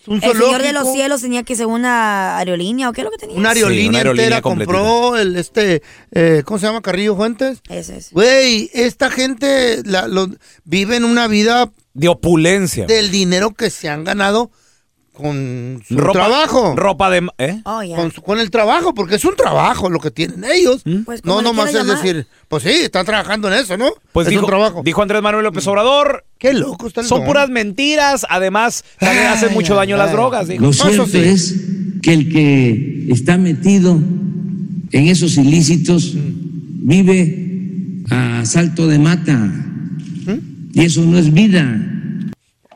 Un
el señor de
zoológico.
los cielos tenía que ser una aerolínea o qué es lo que tenía.
Una aerolínea
Sí, una aerolínea
entera
completita.
compró el este eh, ¿cómo se llama Carrillo Fuentes?
Ese es.
Güey, esta gente la, lo- viven una vida
De opulencia.
del dinero que se han ganado con su
ropa,
trabajo.
Ropa de... ma- ¿eh?
Oh, ya.
Con, su- con el trabajo, porque es un trabajo lo que tienen ellos.
Pues, ¿cómo
no
le
nomás es
quieras llamar?
decir, pues sí, están trabajando en eso, ¿no?
Pues
es
dijo,
un trabajo. Mm.
dijo Andrés Manuel López Obrador.
Qué loco está el
Son
don.
puras mentiras. Además, también hacen mucho daño las drogas. dijo.
Lo cierto es que el que está metido en esos ilícitos
Mm.
vive a salto de mata.
¿Mm?
Y eso no es vida.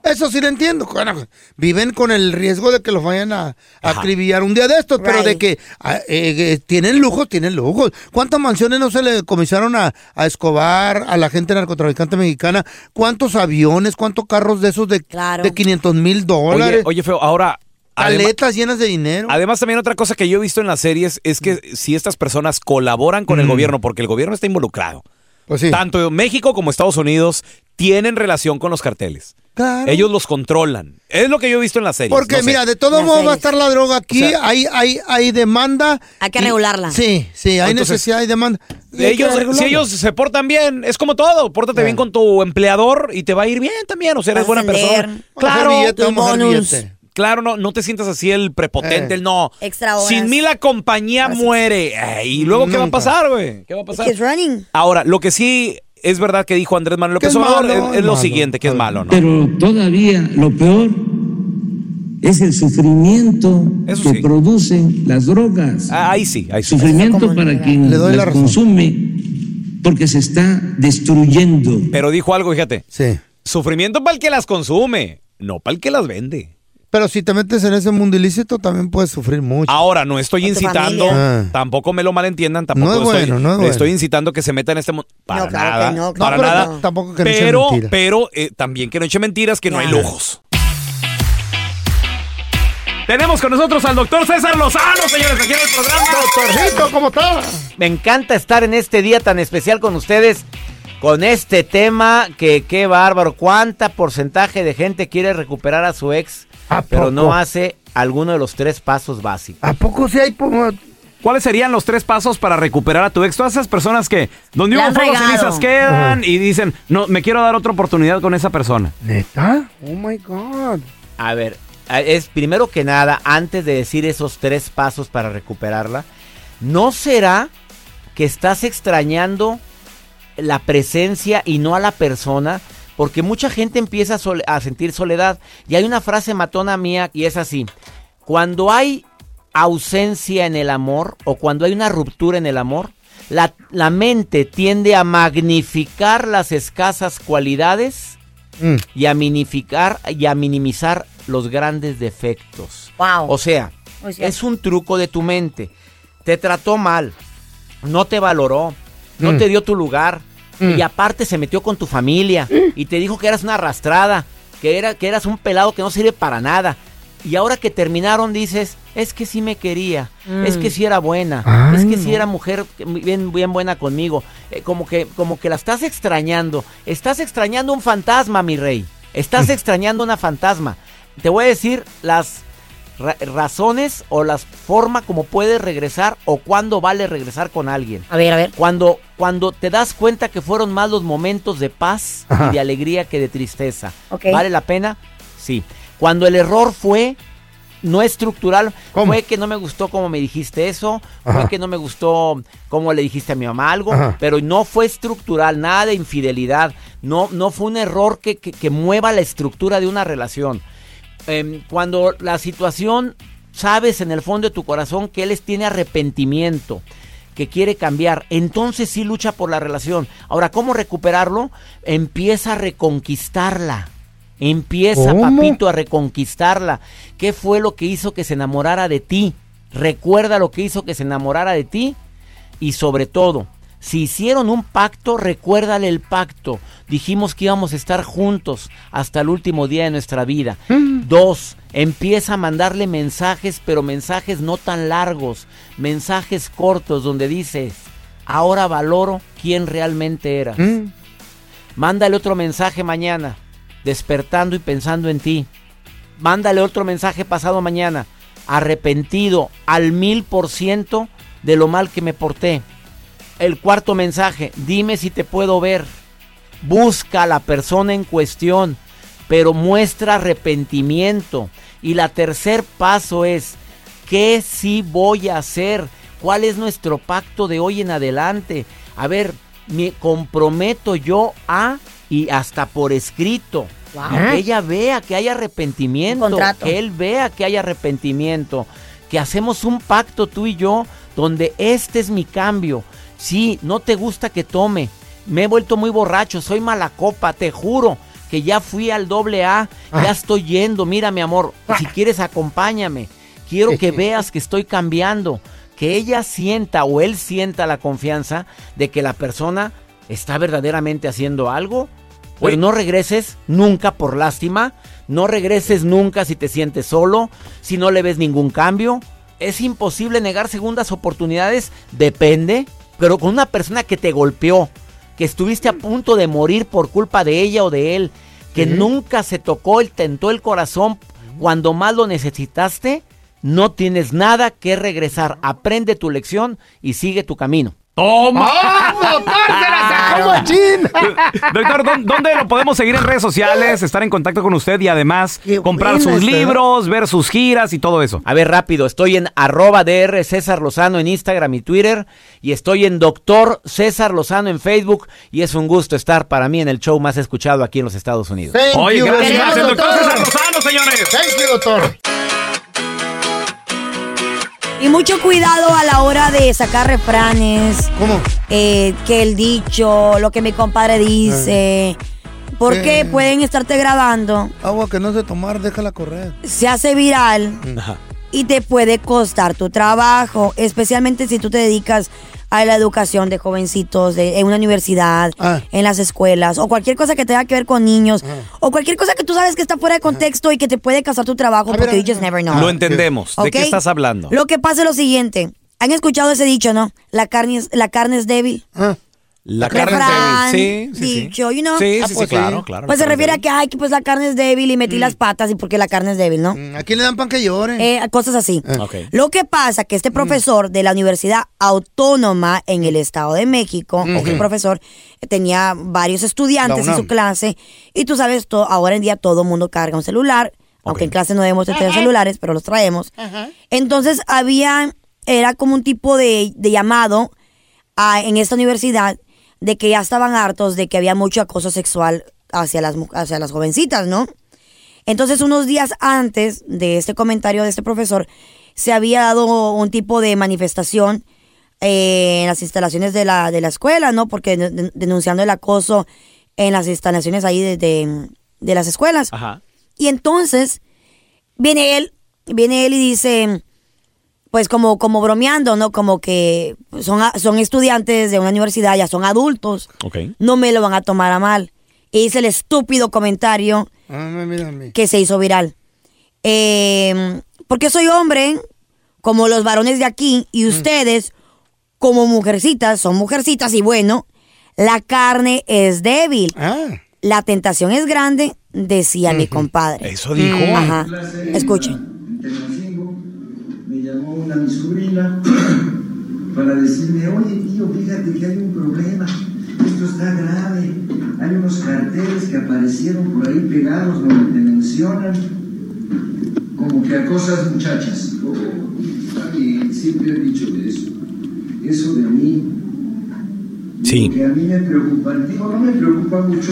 Eso sí lo entiendo. Bueno, pues, viven con el riesgo de que los vayan a, a acribillar un día de estos, pero de
Right.
que ah, eh, que tienen lujos, tienen lujos. ¿Cuántas mansiones no se le comisaron a, a Escobar, a la gente narcotraficante mexicana? ¿Cuántos aviones, cuántos carros de esos de,
Claro.
de 500 mil
Oye,
dólares?
oye, feo, ahora... adem-
Caletas llenas de dinero. Mm.
Además, también otra cosa que yo he visto en las series es que si estas personas colaboran con el gobierno, porque el gobierno está involucrado.
Pues
Tanto México como Estados Unidos tienen relación con los carteles.
Claro.
Ellos los controlan. Es lo que yo he visto en la serie.
Porque mira, de todo modo va a estar la droga aquí,
eh, O sea-
hay, hay, hay demanda.
Hay
que regularla.
Sí, sí, hay
Entonces,
necesidad, hay demanda. Hay que
ellos,
regularla.
si ellos se portan bien, es como todo. Pórtate bien con tu empleador y te va a ir bien también. O sea, eres
Vas a
buena
ascender.
persona.
Vamos a hacer
Claro,
billete, vamos a hacer Bonus. billete.
Claro, no, no te sientas así el prepotente,
Eh.
el no.
Extra horas.
Sin mí la compañía muere. Ay, ¿Y luego qué va a
Nunca.
pasar, güey? ¿Qué va a pasar?
It's running.
Ahora, lo que sí es verdad que dijo Andrés Manuel
Que
López
es
Obrador
malo,
es, es
es
lo
malo.
siguiente, que es malo, ¿no?
Pero todavía lo peor es el sufrimiento que producen las drogas.
Ah, ahí sí, ahí sí.
Sufrimiento para quien
Le doy la
las
razón.
consume porque se está destruyendo.
Pero dijo algo, fíjate.
Sí.
Sufrimiento para el que las consume, no para el que las vende.
Pero si te metes en ese mundo ilícito, también puedes sufrir mucho.
Ahora, no estoy
tu
incitando,
familia. Ah.
tampoco me lo malentiendan, tampoco
No es
estoy,
bueno, no es
le
bueno.
estoy incitando que se meta en este mundo. Para
claro que
nada,
no, claro
para
que
nada.
no. Tampoco que no eche
pero,
mentiras.
pero eh, también que no eche mentiras, que no hay lujos. Tenemos con nosotros al doctor César Lozano, señores, aquí en el programa.
Doctorcito, ¿cómo está?
Me encanta estar en este día tan especial con ustedes, con este tema que qué bárbaro, cuánta porcentaje de gente quiere recuperar a su ex, pero no hace alguno de los tres pasos básicos.
¿A poco sí hay
¿Cuáles serían los tres pasos para recuperar a tu ex? Todas esas personas que donde
La
hubo
han
fuego
regado.
cenizas quedan y dicen, no, me quiero dar otra oportunidad con esa persona.
¿Neta? Oh my God.
A ver, a- es primero que nada, antes de decir esos tres pasos para recuperarla, ¿no será que estás extrañando la presencia y no a la persona? Porque mucha gente empieza a, sol- a sentir soledad. Y hay una frase matona mía y es así. Cuando hay ausencia en el amor o cuando hay una ruptura en el amor, la, la mente tiende a magnificar las escasas cualidades y a minificar y a minimizar los grandes defectos. O sea,
O sea.
es un truco de tu mente. Te trató mal, no te valoró, no Mm. te dio tu lugar Mm. y aparte se metió con tu familia y te dijo que eras una arrastrada, que era que eras un pelado que no sirve para nada. Y ahora que terminaron dices, es que sí me quería, es
Mm.
que sí era buena,
Ay,
es que sí
no.
era mujer bien, bien buena conmigo. Eh, como, que, como que la estás extrañando. Estás extrañando un fantasma, mi rey. Estás extrañando una fantasma. Te voy a decir las ra- razones o las formas como puedes regresar o cuándo vale regresar con alguien.
A ver, a ver.
Cuando, cuando te das cuenta que fueron más los momentos de paz
Ajá.
y de alegría que de tristeza.
Ok.
¿Vale la pena? Sí. Cuando el error fue no estructural. Fue que no me gustó como me dijiste eso,
Ajá.
fue que no me gustó como le dijiste a mi mamá algo,
Ajá.
pero no fue estructural, nada de infidelidad, no, no fue un error que, que- que mueva la estructura de una relación. Em, cuando la situación, sabes en el fondo de tu corazón que él es- tiene arrepentimiento, que quiere cambiar, entonces sí lucha por la relación. Ahora, ¿cómo recuperarlo? Empieza a reconquistarla. Empieza,
¿Cómo?
papito, a reconquistarla. ¿Qué fue lo que hizo que se enamorara de ti? Recuerda lo que hizo que se enamorara de ti. Y sobre todo, si hicieron un pacto, recuérdale el pacto. Dijimos que íbamos a estar juntos hasta el último día de nuestra vida. Dos, empieza a mandarle mensajes, pero mensajes no tan largos, mensajes cortos donde dices, ahora valoro quién realmente eras. Mándale otro mensaje mañana, despertando y pensando en ti. Mándale otro mensaje pasado mañana, arrepentido al mil por ciento de lo mal que me porté. El cuarto mensaje, dime si te puedo ver. Busca a la persona en cuestión, pero muestra arrepentimiento. Y la tercer paso es, ¿qué sí voy a hacer? ¿Cuál es nuestro pacto de hoy en adelante? A ver, me comprometo yo a y hasta por escrito.
Wow.
¿Eh?
Y que ella vea que hay arrepentimiento,
contrato.
que él vea que hay arrepentimiento, que hacemos un pacto tú y yo donde este es mi cambio. Sí, no te gusta que tome. Me he vuelto muy borracho, soy mala copa, te juro que ya fui al doble A, ya estoy yendo. Mira, mi amor, si quieres acompáñame. Quiero que veas que estoy cambiando, que ella sienta o él sienta la confianza de que la persona está verdaderamente haciendo algo pero no regreses nunca por lástima, no regreses nunca si te sientes solo, si no le ves ningún cambio. Es imposible negar segundas oportunidades, depende, pero con una persona que te golpeó, que estuviste a punto de morir por culpa de ella o de él, que nunca se tocó, el tentó el corazón cuando más lo necesitaste, no tienes nada que regresar. Aprende tu lección y sigue tu camino.
¡Toma!
Eh, Doctor, ¿dó- ¿dónde lo podemos seguir en redes sociales, estar en contacto con usted y además comprar
buena
sus
esta, ¿eh?
libros, ver sus giras y todo eso?
A ver, rápido, estoy en arroba DR César Lozano en Instagram y Twitter y estoy en Doctor César Lozano en Facebook y es un gusto estar para mí en el show más escuchado aquí en los Estados Unidos.
Oye, gracias, gracias, doctor César
Lozano, señores. Thank you, doctor.
Y mucho cuidado a la hora de sacar refranes. ¿Cómo? que el dicho, lo que mi compadre dice. Porque
Eh.
pueden estarte grabando,
Agua que no sé tomar, déjala correr.
se hace viral y te puede costar tu trabajo, especialmente si tú te dedicas a la educación de jovencitos de- en una universidad, en las escuelas, o cualquier cosa que tenga que ver con niños, o cualquier cosa que tú sabes que está fuera de contexto y que te puede costar tu trabajo porque you just never know.
Lo entendemos. ¿De qué
¿Ok?
estás hablando?
Lo que pasa es lo siguiente. ¿Han escuchado ese dicho, no? La carne es, la carne es débil.
La
Refrán,
débil. Sí, sí, sí.
dicho, you know.
Ah,
Sí, sí, sí, claro, claro. Mm.
Pues
la
se
carne
refiere a que, ay, que pues la carne es débil y metí las patas y porque la carne es débil, ¿no?
Mm, ¿A quién le dan pan que llore? Ah. Mm.
Eh, cosas así.
Ok.
Lo que pasa que este profesor de la Universidad Autónoma en el Estado de México,
Ok.
el profesor eh, tenía varios
La
estudiantes en
UNAM.
su clase y tú sabes, to- ahora en día todo el mundo carga un celular, aunque en clase no debemos de
Ah,
tener celulares, pero los traemos. Entonces había, era como un tipo de, de llamado a- en esta universidad de que ya estaban hartos de que había mucho acoso sexual hacia las, mu- hacia las jovencitas, ¿no? Entonces, unos días antes de este comentario de este profesor, se había dado un tipo de manifestación eh, en las instalaciones de la, de la escuela, ¿no? Porque den- denunciando el acoso en las instalaciones ahí de, de- de las escuelas. Y entonces viene él, viene él y dice, pues como, como bromeando, ¿no? Como que son, a- son estudiantes de una universidad, ya son adultos,
Ok.
no me lo van a tomar a mal. Y dice el estúpido comentario
Ah, me mira a mí.
que se hizo viral. Eh, porque soy hombre, como los varones de aquí,
Mm.
y ustedes, como mujercitas, son mujercitas, y bueno, la carne es débil.
Ah.
La tentación es grande, decía mi compadre.
Eso dijo.
Ajá. Escuchen.
me llamó una mi sobrina para decirme, oye tío, fíjate que hay un problema, esto está grave, hay unos carteles que aparecieron por ahí pegados donde te mencionan como que acosas muchachas. Oh, está bien, siempre he dicho eso, eso de a mí. Sí. Que a mí me preocupa, digo, no me preocupa mucho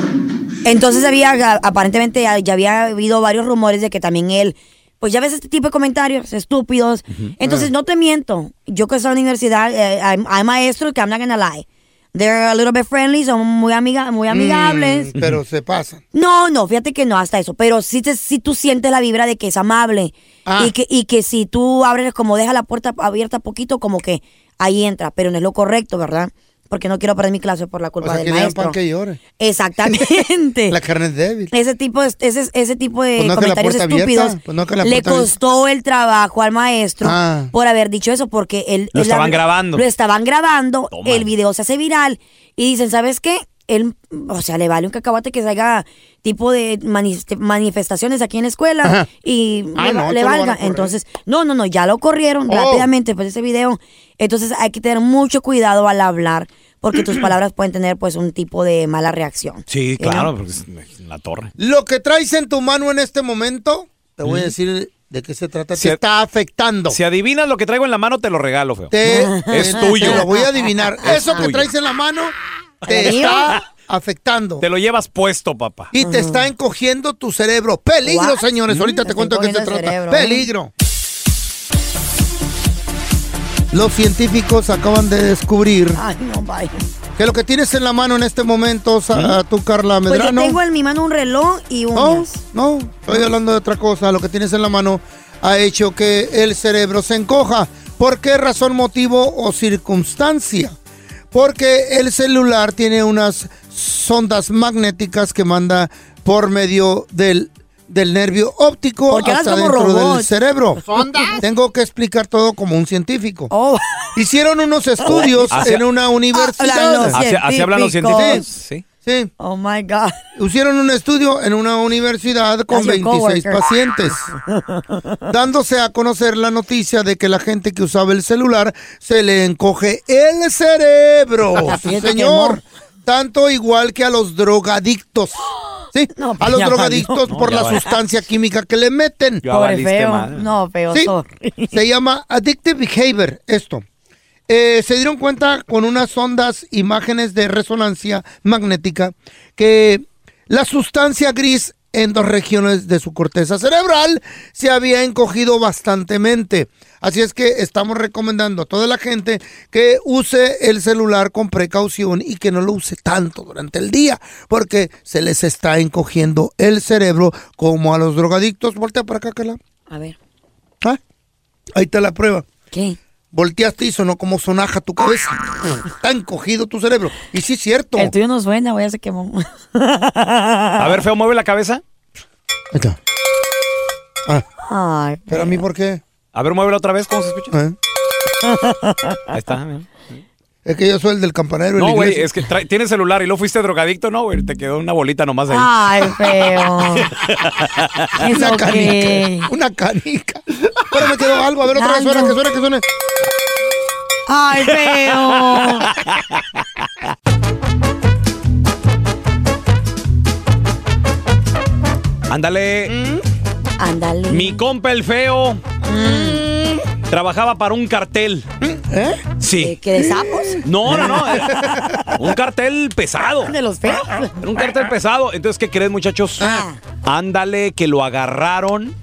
Entonces había, ga- aparentemente ya ya había habido varios rumores de que también él, pues ya ves este tipo de comentarios estúpidos.
Ah.
Entonces no te miento, yo que soy en la universidad, eh, hay, hay maestros que I'm not gonna lie. They're a little bit friendly, son muy, amiga, muy amigables.
Mm, pero se pasan.
No, no, fíjate que no hasta eso, pero sí, te- sí tú sientes la vibra de que es amable
Ah.
y, que, y que si tú abres como deja la puerta abierta poquito, como que ahí entra, pero no es lo correcto, ¿verdad? Porque no quiero perder mi clase por la
O
culpa
sea,
del
que le dan
Pues, maestro.
pan que llore.
Exactamente.
La carne es débil.
Ese tipo de, ese, ese tipo de
Pues no que la
comentarios
puerta abierta,
estúpidos
pues no que la
le
puerta abierta.
costó el trabajo al maestro
Ah.
por haber dicho eso, porque él...
Lo
él-
estaban grabando.
Lo estaban grabando,
Toma.
el video se hace viral y dicen, ¿sabes qué? Él, o sea, le vale un cacahuate que salga tipo de manif- manifestaciones aquí en la escuela
Ajá.
y
Ah,
le,
no,
va-
te
le
lo van a
valga.
correr.
Entonces, no, no, no, ya lo corrieron
Oh.
rápidamente pues ese video. Entonces hay que tener mucho cuidado al hablar porque tus palabras pueden tener pues un tipo de mala reacción.
Eh,
Sí,
¿no?
claro, porque es en la torre.
Lo que traes en tu mano en este momento, te voy a
Mm.
decir de qué se trata.
Si
te
a-
está afectando.
Si adivinas lo que traigo en la mano, te lo regalo, feo.
Te-
es tuyo.
Te lo voy a adivinar.
Es
Eso que
tuyo.
traes en la mano te
¿Te digo?
está afectando.
Te lo llevas puesto, papá.
Y te está encogiendo tu cerebro. Peligro,
Guau.
señores.
Mm,
Ahorita te
te
cuento de qué se
estoy
trata.
comiendo el cerebro, ¿eh?
Peligro. Los científicos acaban de descubrir
Ay, no, vaya.
que lo que tienes en la mano en este momento, sa-
¿Mm?
a tú, Carla
Pues yo
Medrano.
tengo en mi mano un reloj y un...
No, no, estoy hablando de otra cosa. Lo que tienes en la mano ha hecho que el cerebro se encoja. ¿Por qué razón, motivo o circunstancia? Porque el celular tiene unas sondas magnéticas que manda por medio del del nervio óptico
Porque eran
hasta
como
dentro del
robots.
cerebro.
Pues, ondas.
Tengo que explicar todo como un científico.
Oh.
Hicieron unos estudios
Hacia-
en
Ah,
una universidad.
Así, así Oh. hablan los científicos. Sí.
Sí.
Oh my God.
Hicieron un estudio en una universidad con
That's your
26
coworker.
pacientes, dándose a conocer la noticia de que la gente que usaba el celular se le encoge el cerebro.
La
Sí,
fiesta
señor. Tanto igual que a los drogadictos. Sí, a los
ya
drogadictos
valió.
por
No,
la
ya valió.
sustancia química que le meten.
Ya Pobre valiste feo. madre. No, feo,
Sí,
sorry.
Se llama addictive behavior esto. Eh, se dieron cuenta con unas ondas, imágenes de resonancia magnética, que la sustancia gris en dos regiones de su corteza cerebral se había encogido bastantemente. Así es que estamos recomendando a toda la gente que use el celular con precaución y que no lo use tanto durante el día, porque se les está encogiendo el cerebro como a los drogadictos. Voltea para acá, Carla.
A ver.
¿Ah? Ahí está la prueba.
¿Qué?
Volteaste y sonó como sonaja tu cabeza. Está encogido tu cerebro. Y sí, es cierto.
El tuyo no suena, güey, ya se quemó.
A ver, feo, mueve la cabeza.
Ay,
Pero a mí, ¿por qué?
A ver, muévela otra vez, ¿cómo se escucha?
¿Eh?
Ahí está. mira.
Es que yo soy el del campanero.
No, güey, es que trae- tienes celular y luego fuiste drogadicto, no, güey, te quedó una bolita nomás ahí.
Ay, feo. It's
una
okay.
canica. Una canica. Pero me quedó algo. A ver, otra vez suena, que suena, que suena.
Ay, feo.
Ándale.
Mm. Ándale.
Mi compa el feo trabajaba para un cartel.
¿Eh?
Sí.
¿Que de sapos?
No, no, no. eh, Un cartel pesado.
¿De los feos?
Era un cartel pesado. Entonces, ¿qué crees, muchachos?
Ah.
Ándale, que lo agarraron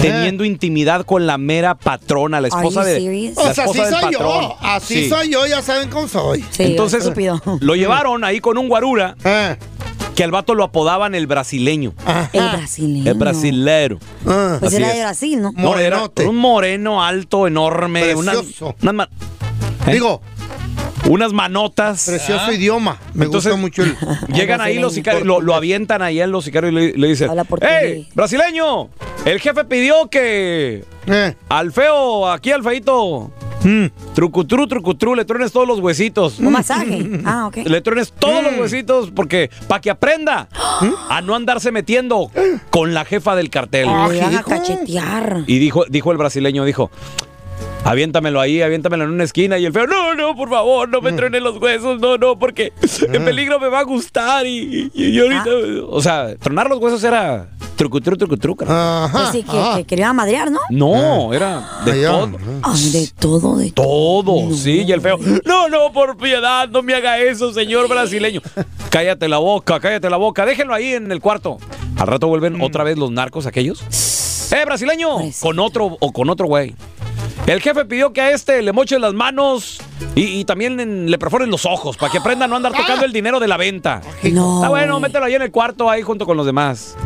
teniendo intimidad con la mera patrona, la esposa
Are you
de.
serious?
la
O sea, así
esposa del
soy
patrón.
yo. Así
Sí.
soy yo, ya saben cómo soy.
Entonces, lo llevaron ahí con un guarura
Ah.
que al vato lo apodaban el brasileño.
El brasileño.
El brasilero.
Pues
Ah.
Así
era
es.
de Brasil, ¿no?
No, era un moreno alto, enorme. una-
Precioso.
unas ma- ¿Eh?
Digo.
Unas manotas.
Precioso
Ah.
idioma. Me
Entonces,
gusta mucho el.
Llegan ahí los sicarios, lo, lo avientan ahí en los sicarios y le, le dicen, ¡Ey, brasileño! El jefe pidió que
Eh.
al feo, aquí al feito,
Mm.
trucutru, trucutru, le truenes todos los huesitos.
Un masaje. Ah, ok.
Le truenes todos
Mm.
los huesitos porque para que aprenda a no andarse metiendo con la jefa del cartel.
Le iban a cachetear.
Y dijo, dijo el brasileño, dijo, aviéntamelo ahí, aviéntamelo en una esquina. Y el feo, no, no, por favor,
Mm.
no me truenen los huesos, no, no, porque
Ah.
en peligro me va a gustar. Y, y- y ahorita, o sea, tronar los huesos era trucutru, trucutru. carnal.
Pues sí, que, que quería madrear, ¿no?
No, era de todo.
Ah.
Ah,
Ay, de todo, de
Todo, sí, y el feo, no, no, por piedad, no me haga eso, señor brasileño. Cállate la boca, cállate la boca, déjenlo ahí en el cuarto. Al rato
Mm.
vuelven otra vez los narcos aquellos. ¡Eh, brasileño!
Pues
Con otro o con otro güey. El jefe pidió que a este le mochen las manos y, y también en- le perforen los ojos para que aprenda a no andar tocando el dinero de la venta.
Ah. No.
Está bueno, mételo ahí en el cuarto, ahí junto con los demás.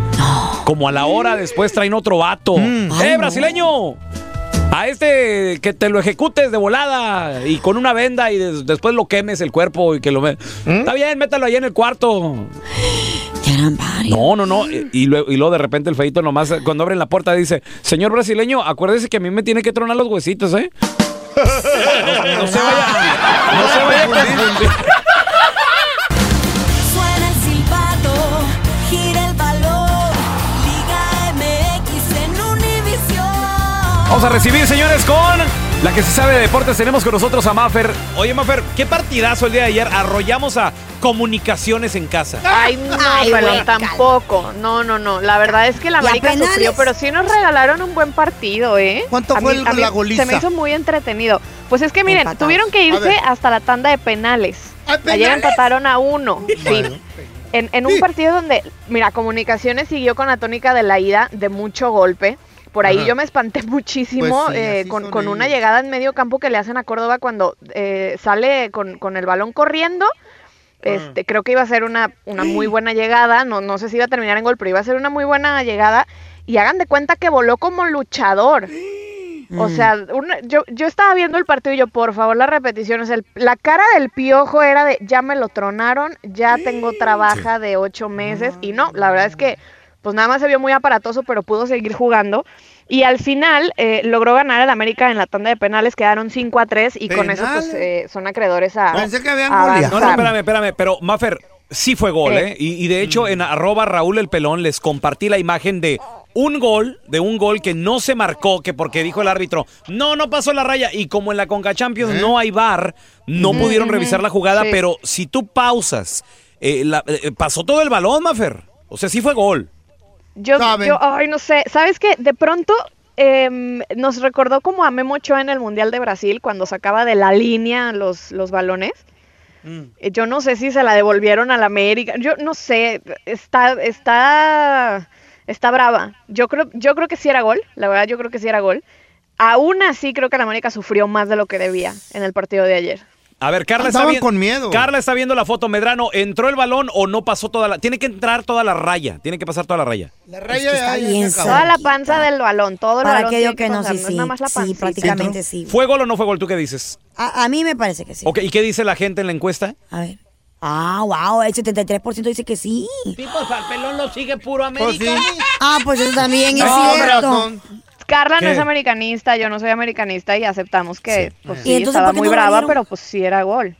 Como a la hora después traen otro vato.
Mm. Ay,
¡Eh,
no.
brasileño! A este que te lo ejecutes de volada y con una venda y des- después lo quemes el cuerpo y que lo... me- Está bien, mételo ahí en el cuarto. No, no, no. Y, y luego, y luego de repente el feito nomás, eh, cuando abren la puerta, dice: Señor brasileño, acuérdese que a mí me tiene que tronar los huesitos, ¿eh? No se vaya. No se vaya a confundir.
Suena el silbato, gira el balón, Liga MX en Univisión.
Vamos a recibir, señores, con la que se sabe de deportes. Tenemos con nosotros a Maffer. Oye, Maffer, qué partidazo el día de ayer. Arrollamos a comunicaciones en casa.
Ay, no,
Ay,
pelón,
güey,
tampoco. No, no, no. La verdad es que la
Y a
América
penales.
sufrió, pero sí nos regalaron un buen partido, ¿eh?
¿Cuánto
A
fue
mí-
el-
a mí
la goliza?
Se me hizo muy entretenido. Pues es que miren,
Empatados.
tuvieron que
A ver.
irse hasta la tanda de penales. Ayer
penales?
empataron a uno. Sí. En, en un partido donde, mira, Comunicaciones siguió con la tónica de la ida de mucho golpe. Por ahí
Ajá.
yo me espanté muchísimo
Pues sí,
eh,
así
con,
son
con una
ellos.
llegada en medio campo que le hacen a Córdoba cuando eh, sale con, con el balón corriendo. Este, Creo que iba a ser una, una muy buena llegada, no, no sé si iba a terminar en gol, pero iba a ser una muy buena llegada. Y hagan de cuenta que voló como luchador. O
Mm.
sea, una- yo, yo estaba viendo el partido y yo, por favor, la repetición. O sea, el- la cara del piojo era de, ya me lo tronaron, ya tengo trabaja de ocho meses. Y no, la verdad es que pues nada más se vio muy aparatoso, pero pudo seguir jugando. Y al final eh, logró ganar el América en la tanda de penales, quedaron 5 a 3 y con eso pues, eh, son acreedores a.
No,
a
no,
avanzar.
espérame, espérame. Pero, Maffer, sí fue gol, ¿eh? Y, y de hecho, en arroba Raúl el Pelón les compartí la imagen de un gol, de un gol que no se marcó, que porque dijo el árbitro, no, no pasó la raya. Y como en la Conca
¿Eh?
Champions no hay bar, no
Ujú,
pudieron
ujú,
revisar la jugada,
sí.
pero si tú pausas, eh, la- eh, pasó todo el balón, Maffer. O sea, sí fue gol.
Yo,
Saben.
yo, ay, no sé. ¿Sabes qué? De pronto em, nos recordó como a Memo Ochoa en el Mundial de Brasil cuando sacaba de la línea los, los balones.
Mm.
Eh, Yo no sé si se la devolvieron a la América. Yo no sé. Está, está, está brava. Yo creo, yo creo que sí era gol. La verdad, yo creo que sí era gol. Aún así, creo que la América sufrió más de lo que debía en el partido de ayer.
A ver, Carla está,
Andaban
vi-
con miedo.
Carla está viendo la foto. Medrano, ¿entró el balón o no pasó toda la... Tiene que entrar toda la raya. Tiene que pasar toda la raya.
Toda la panza del balón, todo el
¿Para
balón.
qué
tiene
digo que no?
pasar,
Sí,
es nada
sí,
más la
sí,
pancita.
prácticamente sí.
¿Fue gol o no fue gol? ¿Tú qué dices?
A, a mí me parece que sí.
Ok, ¿y qué dice la gente en la encuesta?
A ver. Ah, wow, el 73% dice que sí.
Tipo, al pelón lo sigue puro América.
Ah, pues eso también es
No,
cierto.
razón.
Carla no
¿Qué?
es americanista, yo no soy americanista y aceptamos que pues,
¿Y
sí,
entonces
estaba
por qué
muy
no la
brava,
vieron?
pero pues sí era gol.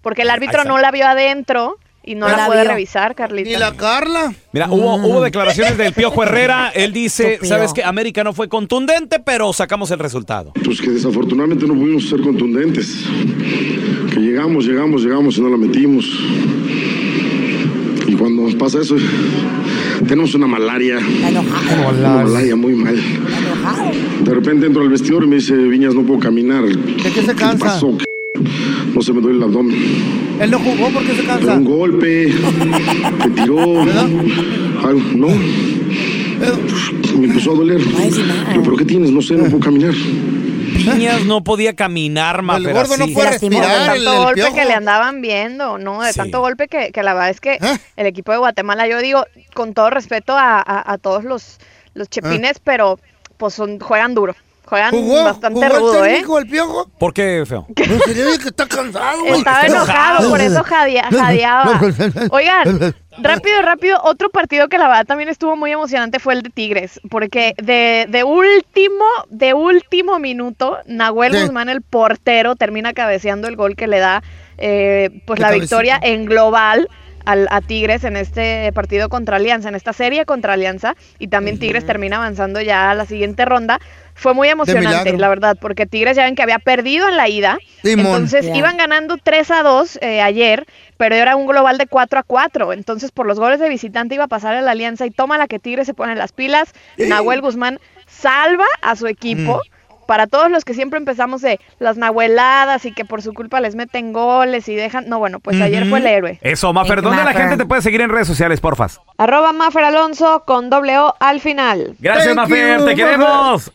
Porque el
Ahí
árbitro
está.
no la vio adentro y no
No
la,
la
puede
vio.
revisar, Carlita.
¿Y la Carla?
Mira, hubo,
Mm.
hubo declaraciones del Piojo Herrera. Él dice,
Estúpido.
¿sabes qué? América no fue contundente, pero sacamos el resultado.
Pues que desafortunadamente no pudimos ser contundentes. Que llegamos, llegamos, llegamos y no la metimos. Y cuando nos pasa eso, tenemos una malaria. Una malaria muy mal. De repente entro al vestidor y me dice, Viñas, no puedo caminar. ¿De
qué se cansa?
pasó? ¿Qué? No se me duele el abdomen.
Él no jugó porque se
Pero
cansa.
un golpe, me tiró. Algo, no.
¿Eh?
Me empezó a doler. Yo, ¿pero qué tienes? No sé, no puedo caminar.
Piñas no podía caminar, más
El gordo no puede
Lastimó de
respirar,
tanto
el- el
golpe
Piojo.
que le andaban viendo, ¿no? De
Sí.
tanto golpe que, que la verdad es que el equipo de Guatemala, yo digo, con todo respeto a, a- a todos los, los chepines, pero pues son, juegan duro. Juegan
¿Jugó?
bastante
¿Jugó el
rudo, ¿eh?
técnico, el piojo?
¿Por qué, feo?
No, se le ve que está cansado, güey.
Estaba enojado, por eso jadea- jadeaba. Oigan, rápido, rápido, otro partido que la verdad también estuvo muy emocionante fue el de Tigres, porque de, de último, de último minuto, Nahuel
Sí.
Guzmán, el portero, termina cabeceando el gol que le da eh, pues
Qué
la
cabecita.
victoria en global. al- a Tigres en este partido contra Alianza, en esta serie contra Alianza, y también Tigres termina avanzando ya a la siguiente ronda. Fue muy emocionante,
milagro.
la verdad, porque Tigres ya ven que había perdido en la ida,
Simón.
entonces
Ya.
iban iban ganando 3 a 2 eh, ayer, pero era un global de 4 a 4. Entonces, por los goles de visitante iba a pasar a la alianza y toma la que Tigre se pone en las pilas. Nahuel Guzmán salva a su equipo. Para todos los que siempre empezamos de las nahueladas y que por su culpa les meten goles y dejan. No, bueno, pues ayer fue el héroe.
Eso, Maffer. ¿Dónde la
Maffer.
gente te puede seguir en redes sociales, porfas?
Arroba Mafer Alonso con doble O al final.
Gracias, Maffer. Te queremos.